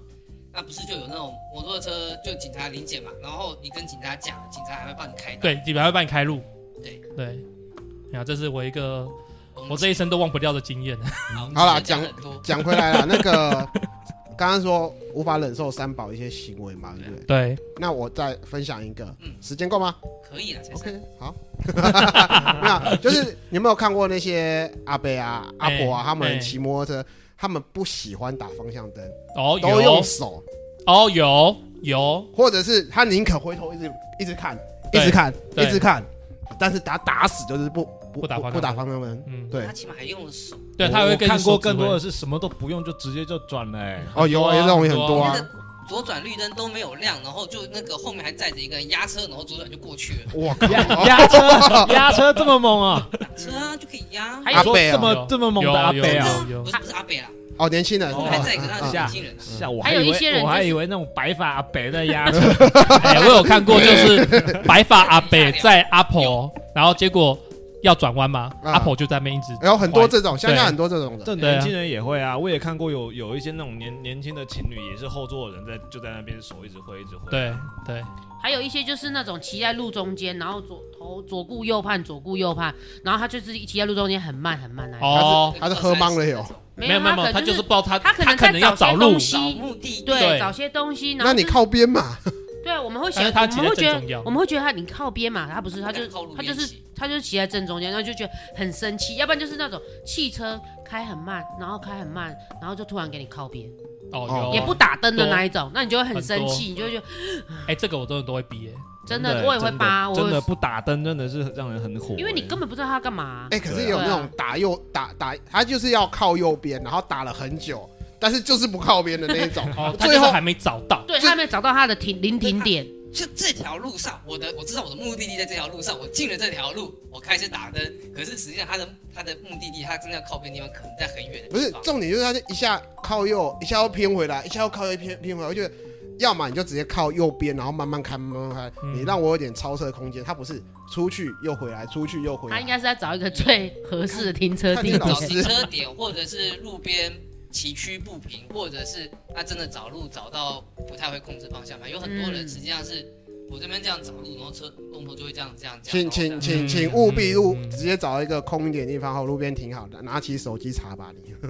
[SPEAKER 1] 那不是就有那种摩托车就警察临检嘛，然后你跟警察讲，警察还会帮你开刀。
[SPEAKER 2] 对，警察会帮你开路。
[SPEAKER 1] 啊对嗯
[SPEAKER 2] 对，然后这是我一个我这一生都忘不掉的经验。
[SPEAKER 3] 好啦
[SPEAKER 1] 了，
[SPEAKER 3] 讲
[SPEAKER 1] 很多，
[SPEAKER 3] 讲回来了，那 个刚刚说无法忍受三宝一些行为嘛，对不对？
[SPEAKER 2] 对，啊
[SPEAKER 3] 那我再分享一个
[SPEAKER 1] 嗯，
[SPEAKER 3] 时间够吗
[SPEAKER 1] 可以了，才是
[SPEAKER 3] ？OK，好。 没有，就是你有没有看过那些阿伯啊、阿婆啊，
[SPEAKER 2] 哎
[SPEAKER 3] 他们
[SPEAKER 2] 哎
[SPEAKER 3] 骑摩托车，他们不喜欢打方向灯，
[SPEAKER 2] 哦
[SPEAKER 3] 都用
[SPEAKER 2] 有，
[SPEAKER 3] 手，
[SPEAKER 2] 哦有有，
[SPEAKER 3] 或者是他宁可回头一直一直看，一
[SPEAKER 2] 对
[SPEAKER 3] 直看，
[SPEAKER 2] 对
[SPEAKER 3] 一直看，但是打打死就是不不
[SPEAKER 2] 不打方向
[SPEAKER 3] 不打方向灯。
[SPEAKER 2] 嗯，
[SPEAKER 3] 对
[SPEAKER 1] 他，起码还用了手，
[SPEAKER 2] 对，
[SPEAKER 4] 我
[SPEAKER 2] 他会
[SPEAKER 4] 我
[SPEAKER 2] 跟你
[SPEAKER 4] 看过
[SPEAKER 2] 手指
[SPEAKER 4] 更多
[SPEAKER 2] 挥
[SPEAKER 4] 的是什么都不用就直接就转了 欸。
[SPEAKER 3] 哦，有啊，有这种也很多
[SPEAKER 2] 哇
[SPEAKER 1] 那
[SPEAKER 3] 啊。
[SPEAKER 1] 个左转绿灯都没有亮，然后就那个后面还载着一个人压车，然后左转就过去了，
[SPEAKER 3] 我靠，
[SPEAKER 4] 压车，压车这么猛啊！
[SPEAKER 1] 打
[SPEAKER 5] 嗯
[SPEAKER 1] 车啊就可以压。
[SPEAKER 5] 还
[SPEAKER 3] 阿
[SPEAKER 5] 有
[SPEAKER 4] 说
[SPEAKER 3] 伯啊
[SPEAKER 4] 这么这么猛的阿
[SPEAKER 2] 有
[SPEAKER 4] 北
[SPEAKER 1] 不
[SPEAKER 2] 有
[SPEAKER 1] 是啊不
[SPEAKER 4] 啊！
[SPEAKER 1] 是不是阿北啦，
[SPEAKER 3] 哦，年轻人，
[SPEAKER 4] 哦
[SPEAKER 1] 还载一个他
[SPEAKER 3] 嗯嗯
[SPEAKER 1] 的
[SPEAKER 4] 下
[SPEAKER 1] 年轻人啊。
[SPEAKER 4] 吓我
[SPEAKER 5] 还有
[SPEAKER 4] 以为
[SPEAKER 5] 一些人
[SPEAKER 4] 我还
[SPEAKER 5] 就是
[SPEAKER 4] 以为那种白发阿北在压 车，
[SPEAKER 2] 哎，我有看过，就是白发阿北在阿婆，然后结果要转弯嘛，
[SPEAKER 3] 啊
[SPEAKER 2] 阿婆就在那边一直
[SPEAKER 3] 然后很多这种，
[SPEAKER 2] 对
[SPEAKER 3] 乡下很多这种的。
[SPEAKER 4] 这 年轻人也会啊。我也看过有有一些那种年年轻的情侣，也是后座的人在就在那边手一直挥一直挥。
[SPEAKER 2] 对对，
[SPEAKER 5] 还有一些就是那种骑在路中间，然后左头左顾右盼，左顾右盼，然后他就是骑在路中间很慢很慢那种。
[SPEAKER 2] 哦，
[SPEAKER 3] 他是喝懵了哟
[SPEAKER 5] 没
[SPEAKER 2] 没有没有没有，
[SPEAKER 5] 他
[SPEAKER 2] 他
[SPEAKER 5] 可能
[SPEAKER 2] 就是不知道他
[SPEAKER 5] 他可能在
[SPEAKER 2] 能要
[SPEAKER 5] 找
[SPEAKER 2] 找
[SPEAKER 5] 些
[SPEAKER 2] 路
[SPEAKER 5] 东，西
[SPEAKER 1] 找目的地，
[SPEAKER 5] 对
[SPEAKER 2] 对
[SPEAKER 5] 找些东西，然后
[SPEAKER 3] 那你
[SPEAKER 5] 就是
[SPEAKER 3] 靠边嘛，
[SPEAKER 5] 对，我们会
[SPEAKER 2] 但
[SPEAKER 5] 想，
[SPEAKER 2] 是他
[SPEAKER 5] 我
[SPEAKER 2] 骑得
[SPEAKER 5] 们会觉
[SPEAKER 2] 正中
[SPEAKER 5] 得
[SPEAKER 2] 央
[SPEAKER 5] 我们会觉得他你靠边嘛，他不是，他就
[SPEAKER 1] 不敢靠路
[SPEAKER 5] 他
[SPEAKER 1] 边
[SPEAKER 5] 就是
[SPEAKER 1] 骑
[SPEAKER 5] 他就是骑在正中间，然后就觉得很生气，要不然就是那种汽车开很慢，然后开很慢，然后就突然给你靠边，
[SPEAKER 2] 哦有，
[SPEAKER 5] 也不打灯的
[SPEAKER 2] 多
[SPEAKER 5] 那一种，那你就会很生气，
[SPEAKER 2] 很多
[SPEAKER 5] 你就会觉得
[SPEAKER 2] 哎，这个我真的都会逼哎，。
[SPEAKER 5] 真
[SPEAKER 4] 真
[SPEAKER 5] 的
[SPEAKER 4] 的
[SPEAKER 5] 我也会
[SPEAKER 4] 真的
[SPEAKER 5] 扒，我
[SPEAKER 4] 真
[SPEAKER 5] 会
[SPEAKER 4] 的，不打灯真的是让人很火欸。
[SPEAKER 5] 因为你根本不知道他要干嘛。
[SPEAKER 3] 哎，可是
[SPEAKER 4] 对啊
[SPEAKER 3] 有那种打右打打，他就是要靠右边，然后打了很久，但是就是不靠边的那一种
[SPEAKER 2] 哦，他
[SPEAKER 3] 最
[SPEAKER 2] 就是
[SPEAKER 3] 后
[SPEAKER 2] 还没找到，
[SPEAKER 5] 对
[SPEAKER 3] 这
[SPEAKER 5] 他还没找到他的停临停点，
[SPEAKER 1] 就这条路上，我的我知道我的目的地在这条路上，我进了这条路，我开始打灯，可是实际上他的他的目的地，他真的要靠边的地方，可能在很远的
[SPEAKER 3] 不是
[SPEAKER 1] 地方。
[SPEAKER 3] 重点，就是他就一下靠右，一下又偏回来，一下又靠右偏偏回来。我觉得，要么你就直接靠右边，然后慢慢开，慢慢开。
[SPEAKER 2] 嗯
[SPEAKER 3] 你让我有点超车空间。他不是出去又回来，出去又回
[SPEAKER 5] 他应
[SPEAKER 3] 来。
[SPEAKER 5] 该是在找一个最合适的停车地
[SPEAKER 3] 看啊看
[SPEAKER 5] 点
[SPEAKER 3] 老
[SPEAKER 1] 找
[SPEAKER 3] 师。
[SPEAKER 1] 停车点，或者是路边崎岖不平，或者是他真的找路找到不太会控制方向盘。有很多人
[SPEAKER 5] 嗯
[SPEAKER 1] 实际上是我这边这样找路，然后车龙头就会这样这样这样。
[SPEAKER 3] 请请
[SPEAKER 1] 这样
[SPEAKER 3] 请
[SPEAKER 2] 嗯
[SPEAKER 3] 请务必路
[SPEAKER 2] 嗯嗯
[SPEAKER 3] 直接找一个空一点的地方，后路边停好，拿起手机查吧你。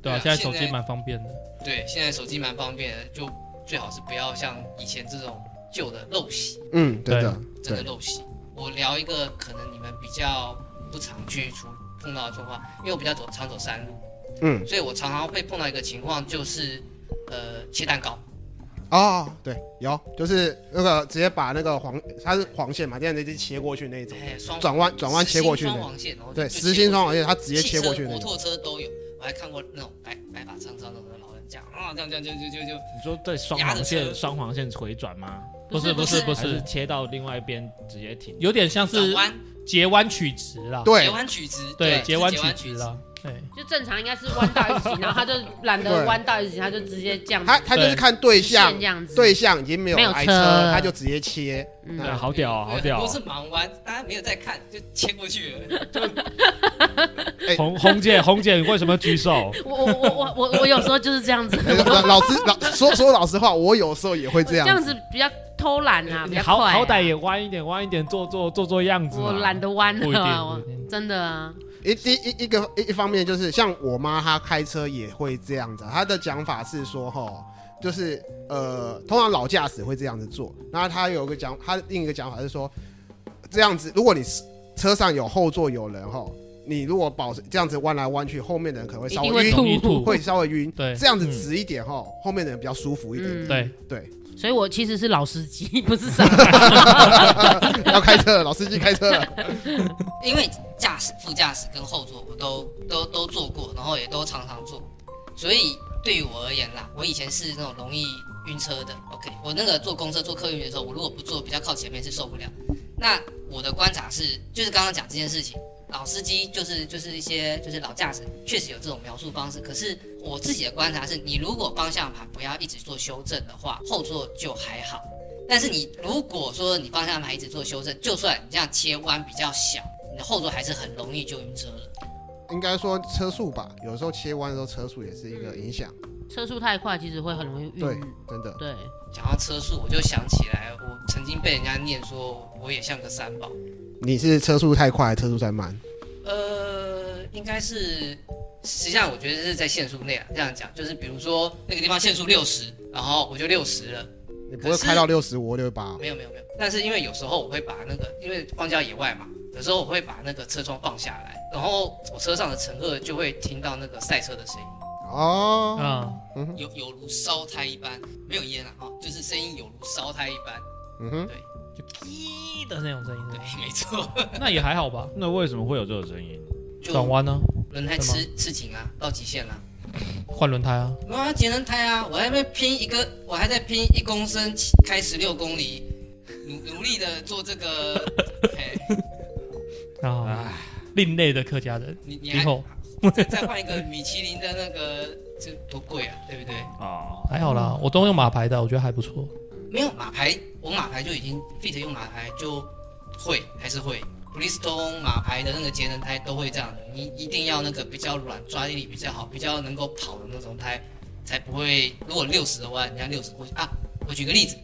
[SPEAKER 2] 对啊，现
[SPEAKER 1] 对啊
[SPEAKER 2] 在
[SPEAKER 1] 现
[SPEAKER 2] 手机
[SPEAKER 1] 在
[SPEAKER 2] 蛮方便的，
[SPEAKER 1] 对，现在手机蛮方便的，就最好是不要像以前这种旧的陋习，
[SPEAKER 3] 嗯，真的。
[SPEAKER 1] 真的陋习。我聊一个可能你们比较不常去出碰到的状况，因为我比较走常走山路，
[SPEAKER 3] 嗯，
[SPEAKER 1] 所以我常常会碰到一个情况，就是呃切蛋糕。
[SPEAKER 3] 哦，对，有，就是那个直接把那个黄，它是黄线嘛，这样直接切过去那一种，
[SPEAKER 1] 哎，双
[SPEAKER 3] 转弯转弯切过去
[SPEAKER 1] 实心双
[SPEAKER 3] 的，
[SPEAKER 1] 黄线，然后就
[SPEAKER 3] 对，
[SPEAKER 1] 就
[SPEAKER 3] 实
[SPEAKER 1] 切
[SPEAKER 3] 心
[SPEAKER 1] 过去
[SPEAKER 3] 双黄线，它直接切过
[SPEAKER 1] 汽
[SPEAKER 3] 去
[SPEAKER 1] 车
[SPEAKER 3] 那
[SPEAKER 1] 摩
[SPEAKER 3] 种。
[SPEAKER 1] 托车都有，我还看过那种白白发苍苍的那种老人家啊，这样这样就就就就
[SPEAKER 4] 你说在双
[SPEAKER 1] 压着
[SPEAKER 4] 黄
[SPEAKER 1] 车
[SPEAKER 4] 线双黄线回转吗？
[SPEAKER 2] 不是
[SPEAKER 5] 不
[SPEAKER 2] 不
[SPEAKER 5] 是
[SPEAKER 2] 是不
[SPEAKER 4] 还是
[SPEAKER 2] 是，
[SPEAKER 4] 切到另外一边直接停？
[SPEAKER 2] 有点像
[SPEAKER 1] 转
[SPEAKER 2] 是
[SPEAKER 1] 弯
[SPEAKER 2] 截弯取直啦，
[SPEAKER 1] 截
[SPEAKER 3] 对，
[SPEAKER 1] 弯取直，
[SPEAKER 2] 对，
[SPEAKER 1] 是
[SPEAKER 2] 截
[SPEAKER 1] 截
[SPEAKER 2] 弯
[SPEAKER 1] 弯
[SPEAKER 2] 取
[SPEAKER 1] 直
[SPEAKER 2] 直。啦，对，
[SPEAKER 5] 就正常应该是弯道一起，然后他 就懒得弯道一起，他就直接这样
[SPEAKER 3] 它它就是
[SPEAKER 2] 对
[SPEAKER 3] 看对象
[SPEAKER 5] 线，这样子。
[SPEAKER 3] 对，象已经没有
[SPEAKER 5] 没有
[SPEAKER 3] 来
[SPEAKER 5] 车了
[SPEAKER 3] 它就直接切。
[SPEAKER 5] 嗯
[SPEAKER 1] 呃
[SPEAKER 4] 对，好屌啊，好屌
[SPEAKER 1] 都
[SPEAKER 4] 啊！
[SPEAKER 1] 是盲弯，大家没有在看，就切过去了。
[SPEAKER 3] 哎
[SPEAKER 4] 红 红姐，红姐，你为什么举手？
[SPEAKER 5] 我我我我我我有时候就是这样 子，
[SPEAKER 3] 老老师老说说老实话，我有时候也会这
[SPEAKER 5] 这
[SPEAKER 3] 样
[SPEAKER 5] 样
[SPEAKER 3] 子。
[SPEAKER 5] 子比较偷懒啊，比
[SPEAKER 4] 你
[SPEAKER 5] 较
[SPEAKER 4] 好
[SPEAKER 5] 快啊。
[SPEAKER 4] 好 歹也弯一点，弯一点，做做做做样子嘛。
[SPEAKER 5] 我懒得弯
[SPEAKER 2] 不一
[SPEAKER 5] 啊，
[SPEAKER 2] 定
[SPEAKER 5] 我
[SPEAKER 2] 不一定
[SPEAKER 5] 真的啊，
[SPEAKER 3] 一一一一个一一方面就是像我妈，她开车也会这样子啊。她的讲法是说，吼，就是呃，通常老驾驶会这样子做。然后她有一个讲，她另一个讲法是说，这样子，如果你是车上有后座有人，吼，你如果保持这样子弯来弯去，后面的人可能会
[SPEAKER 5] 一
[SPEAKER 3] 稍
[SPEAKER 5] 定
[SPEAKER 3] 微晕，
[SPEAKER 2] 容易
[SPEAKER 5] 会
[SPEAKER 2] 吐
[SPEAKER 5] 吐。
[SPEAKER 3] 会稍微晕。
[SPEAKER 2] 对
[SPEAKER 3] 这样子
[SPEAKER 4] 嗯
[SPEAKER 3] 直一点，吼，后面的人比较舒服一点。
[SPEAKER 5] 嗯
[SPEAKER 2] 对，
[SPEAKER 3] 对，
[SPEAKER 5] 所以我其实是老司机， 不是上。
[SPEAKER 3] 要开车了，老司机开车了。
[SPEAKER 1] 因为驾驶、副驾驶跟后座我都都都做过，然后也都常常做，所以对于我而言啦，我以前是那种容易晕车的。OK，我那个坐公车、坐客运的时候，我如果不坐比较靠前面是受不了。那我的观察是，就是刚刚讲这件事情，老司机就是就是一些就是老驾驶，确实有这种描述方式。可是我自己的观察是，你如果方向盘不要一直做修正的话，后座就还好。但是你如果说你方向盘一直做修正，就算你这样切弯比较小，你的后座还是很容易就晕车了。
[SPEAKER 3] 应该说车速吧，有时候切弯的时候车速也是一个影响，
[SPEAKER 5] 车速太快，其实会很容易
[SPEAKER 3] 对
[SPEAKER 5] 晕。
[SPEAKER 3] 真的。
[SPEAKER 5] 对，
[SPEAKER 1] 讲到车速，我就想起来，我曾经被人家念说我也像个三宝。
[SPEAKER 3] 你是车速太快，车速太慢？
[SPEAKER 1] 呃，应该是，实际上我觉得是在限速内啊。这样讲就是，比如说那个地方限速六十，然后我就六十了，
[SPEAKER 3] 你不会开到六十五、六八，
[SPEAKER 1] 没有没有没有。但是因为有时候我会把那个，因为荒郊野外嘛，有时候我会把那个车窗放下来，然后我车上的乘客就会听到那个赛车的声音，
[SPEAKER 3] 哦，
[SPEAKER 2] 啊，
[SPEAKER 3] 嗯哼，
[SPEAKER 1] 有有如烧胎一般，没有烟啊，哈，就是声音有如烧胎一般。
[SPEAKER 3] 嗯哼，
[SPEAKER 2] 就滴的那种声音是
[SPEAKER 1] 对
[SPEAKER 2] 吧，，
[SPEAKER 1] 没错，
[SPEAKER 2] 那也还好吧。
[SPEAKER 4] 那为什么会有这种声音？
[SPEAKER 1] 就
[SPEAKER 2] 转弯呢，
[SPEAKER 1] 轮胎吃吃紧啊，到极限了、
[SPEAKER 2] 换轮胎啊，
[SPEAKER 1] 我要节能胎啊！我还在拼一个，我还在拼一公升，开十六公里，努努力的做这个。哎，
[SPEAKER 2] 啊，另类的客家人，
[SPEAKER 1] 你你
[SPEAKER 2] 以
[SPEAKER 1] 还
[SPEAKER 2] 后
[SPEAKER 1] 再再换一个米其林的那个，这多贵啊，对不对？
[SPEAKER 4] 啊，
[SPEAKER 2] 还好啦，我都用马牌的，我觉得还不错。
[SPEAKER 1] 没有马牌，我马牌就已经 fit 用马牌就会还是会。Bristol 马牌的那个节能胎都会这样的，你一定要那个比较软，抓地力比较好，比较能够跑的那种胎，才不会。如果六十的话，你像六十过去啊，我举个例子，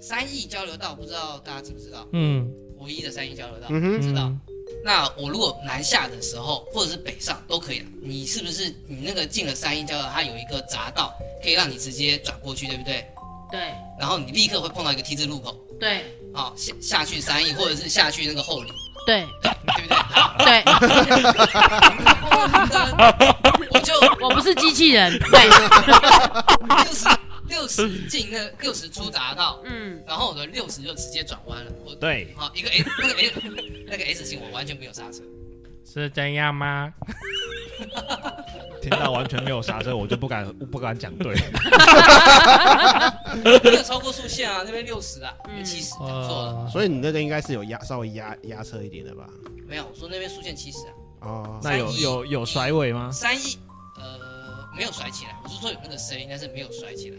[SPEAKER 1] 三义交流道，不知道大家知不知道？
[SPEAKER 2] 嗯，
[SPEAKER 1] 五一的三义交流道，
[SPEAKER 3] 嗯哼，
[SPEAKER 1] 知道
[SPEAKER 2] 嗯
[SPEAKER 1] 那我如果南下的时候，或者是北上都可以啊。你是不是你那个进了三义交流道，它有一个匝道，可以让你直接转过去，对不对？
[SPEAKER 5] 对
[SPEAKER 1] 然后你立刻会碰到一个 T 字路口，
[SPEAKER 5] 对
[SPEAKER 1] 好、啊下下去三义，或者是下去那个后里，
[SPEAKER 5] 对
[SPEAKER 1] 对不对？好，
[SPEAKER 5] 对，
[SPEAKER 1] 我就
[SPEAKER 5] 我不是机器人，对，
[SPEAKER 1] 六十六十进那六十出匝道，
[SPEAKER 5] 嗯，
[SPEAKER 1] 然后我的六十就直接转弯了。我
[SPEAKER 4] 对，
[SPEAKER 1] 好一个 S 那个 S 那个 S 型，我完全没有刹车。
[SPEAKER 2] 是这样吗？
[SPEAKER 4] 听到完全没有刹车，我就不敢 不敢讲对。
[SPEAKER 1] 没有超过速限啊，那边六十啊，
[SPEAKER 5] 嗯
[SPEAKER 1] 七十讲错了，
[SPEAKER 2] 呃，
[SPEAKER 3] 所以你那个应该是有压，稍微压压车一点的吧？
[SPEAKER 1] 没有，我说那边速限七十啊，啊
[SPEAKER 3] 哦，
[SPEAKER 4] 那有有有甩尾吗？
[SPEAKER 1] 三一呃没有甩起来，我是说有那个声音，但是没有甩起来，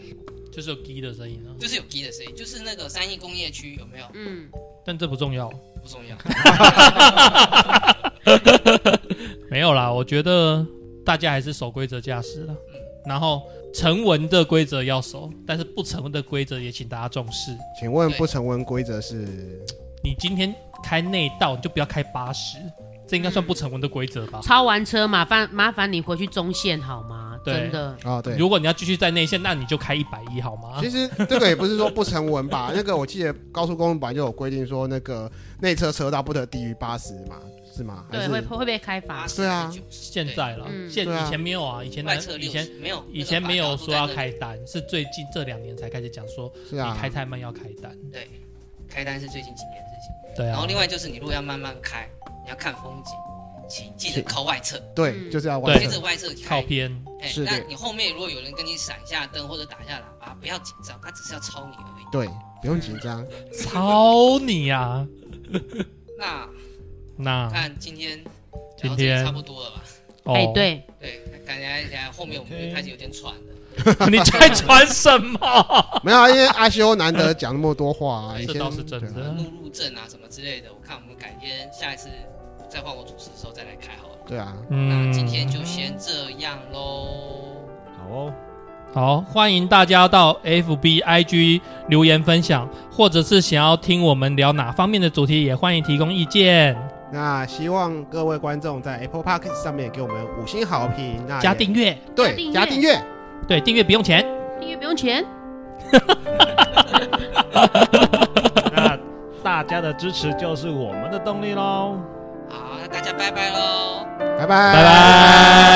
[SPEAKER 2] 就是有滴的声音啊，
[SPEAKER 1] 就是有滴的声音，就是那个三一工业区有没有
[SPEAKER 5] 嗯，
[SPEAKER 2] 但这不重要。
[SPEAKER 1] 不重
[SPEAKER 2] 啊
[SPEAKER 1] 要，
[SPEAKER 2] 没有啦，我觉得大家还是守规则驾驶了。然后成文的规则要守，但是不成文的规则也请大家重视。
[SPEAKER 3] 请问
[SPEAKER 1] 对
[SPEAKER 3] 不成文规则是？
[SPEAKER 2] 你今天开内道，你就不要开八十，这应该算不成文的规则吧？
[SPEAKER 3] 嗯
[SPEAKER 5] 超完车麻烦麻烦你回去中线好吗？
[SPEAKER 2] 对
[SPEAKER 5] 真的，
[SPEAKER 3] 哦，对，
[SPEAKER 2] 如果你要继续在内线，那你就开一百一好吗
[SPEAKER 3] 其？实这个也不是说不成文吧， 那个我记得高速公路本来就有规定说，那个内侧车道不得低于八十嘛，是吗？还
[SPEAKER 5] 对，
[SPEAKER 3] 是
[SPEAKER 5] 会会被开罚
[SPEAKER 1] 八，十
[SPEAKER 3] 对啊
[SPEAKER 1] 九十，
[SPEAKER 2] 现在了，
[SPEAKER 5] 嗯
[SPEAKER 2] 现
[SPEAKER 3] 对啊
[SPEAKER 2] 以前没有啊，以前
[SPEAKER 1] 外侧
[SPEAKER 2] 以
[SPEAKER 1] 六
[SPEAKER 2] 前
[SPEAKER 1] 十没有，
[SPEAKER 2] 以前没有说要
[SPEAKER 1] 那个法条都在
[SPEAKER 2] 开单，是最近这两年才开始讲说
[SPEAKER 3] 是
[SPEAKER 2] 你
[SPEAKER 3] 啊，
[SPEAKER 2] 开太慢要开单。
[SPEAKER 1] 那里，对，开单是最近几年的事情。
[SPEAKER 2] 对
[SPEAKER 1] 然
[SPEAKER 2] 啊
[SPEAKER 1] 后，另外就是你如果要慢慢开，你要看风景，请记得靠外侧，
[SPEAKER 3] 对，
[SPEAKER 5] 嗯
[SPEAKER 3] 就是要完
[SPEAKER 2] 对
[SPEAKER 1] 接
[SPEAKER 3] 成
[SPEAKER 1] 着外侧
[SPEAKER 2] 靠
[SPEAKER 1] 开。
[SPEAKER 2] 偏，
[SPEAKER 1] 哎，
[SPEAKER 3] 是的
[SPEAKER 1] 那你后面如果有人跟你闪一下灯或者打一下喇叭，不要紧张，他只是要超你而已。
[SPEAKER 3] 对，不用紧张。
[SPEAKER 2] 操你啊！
[SPEAKER 1] 那
[SPEAKER 2] 那
[SPEAKER 1] 看今天聊
[SPEAKER 2] 今
[SPEAKER 1] 得
[SPEAKER 2] 天嗯
[SPEAKER 1] 差不多了吧？
[SPEAKER 5] 哎
[SPEAKER 2] 哦，，
[SPEAKER 5] 对，
[SPEAKER 1] 对，感觉起来后面我们就开始有点喘了。
[SPEAKER 2] 你在传什么？
[SPEAKER 3] 没有啊，因为阿修难得讲那么多话啊，以
[SPEAKER 2] 这
[SPEAKER 3] 前
[SPEAKER 2] 倒是真
[SPEAKER 3] 对啊
[SPEAKER 2] 的。
[SPEAKER 1] 路路症啊什么之类的，我看我们改天下一次再换我主持的时候再来开好了。
[SPEAKER 3] 对啊，
[SPEAKER 1] 那今天就先这样喽，
[SPEAKER 4] 好哦，
[SPEAKER 2] 好，欢迎大家到 FB、IG 留言分享，或者是想要听我们聊哪方面的主题，也欢迎提供意见。
[SPEAKER 3] 那希望各位观众在 Apple Park 上面给我们五星好评，那也
[SPEAKER 2] 加订阅，
[SPEAKER 3] 对加
[SPEAKER 5] 加
[SPEAKER 3] 订
[SPEAKER 5] 订
[SPEAKER 3] 阅，
[SPEAKER 2] 对，订阅不用钱。
[SPEAKER 5] 订阅不用钱，
[SPEAKER 4] 那大家的支持就是我们的动力喽。
[SPEAKER 1] 好，那大家拜拜喽。
[SPEAKER 3] 拜拜
[SPEAKER 2] 拜拜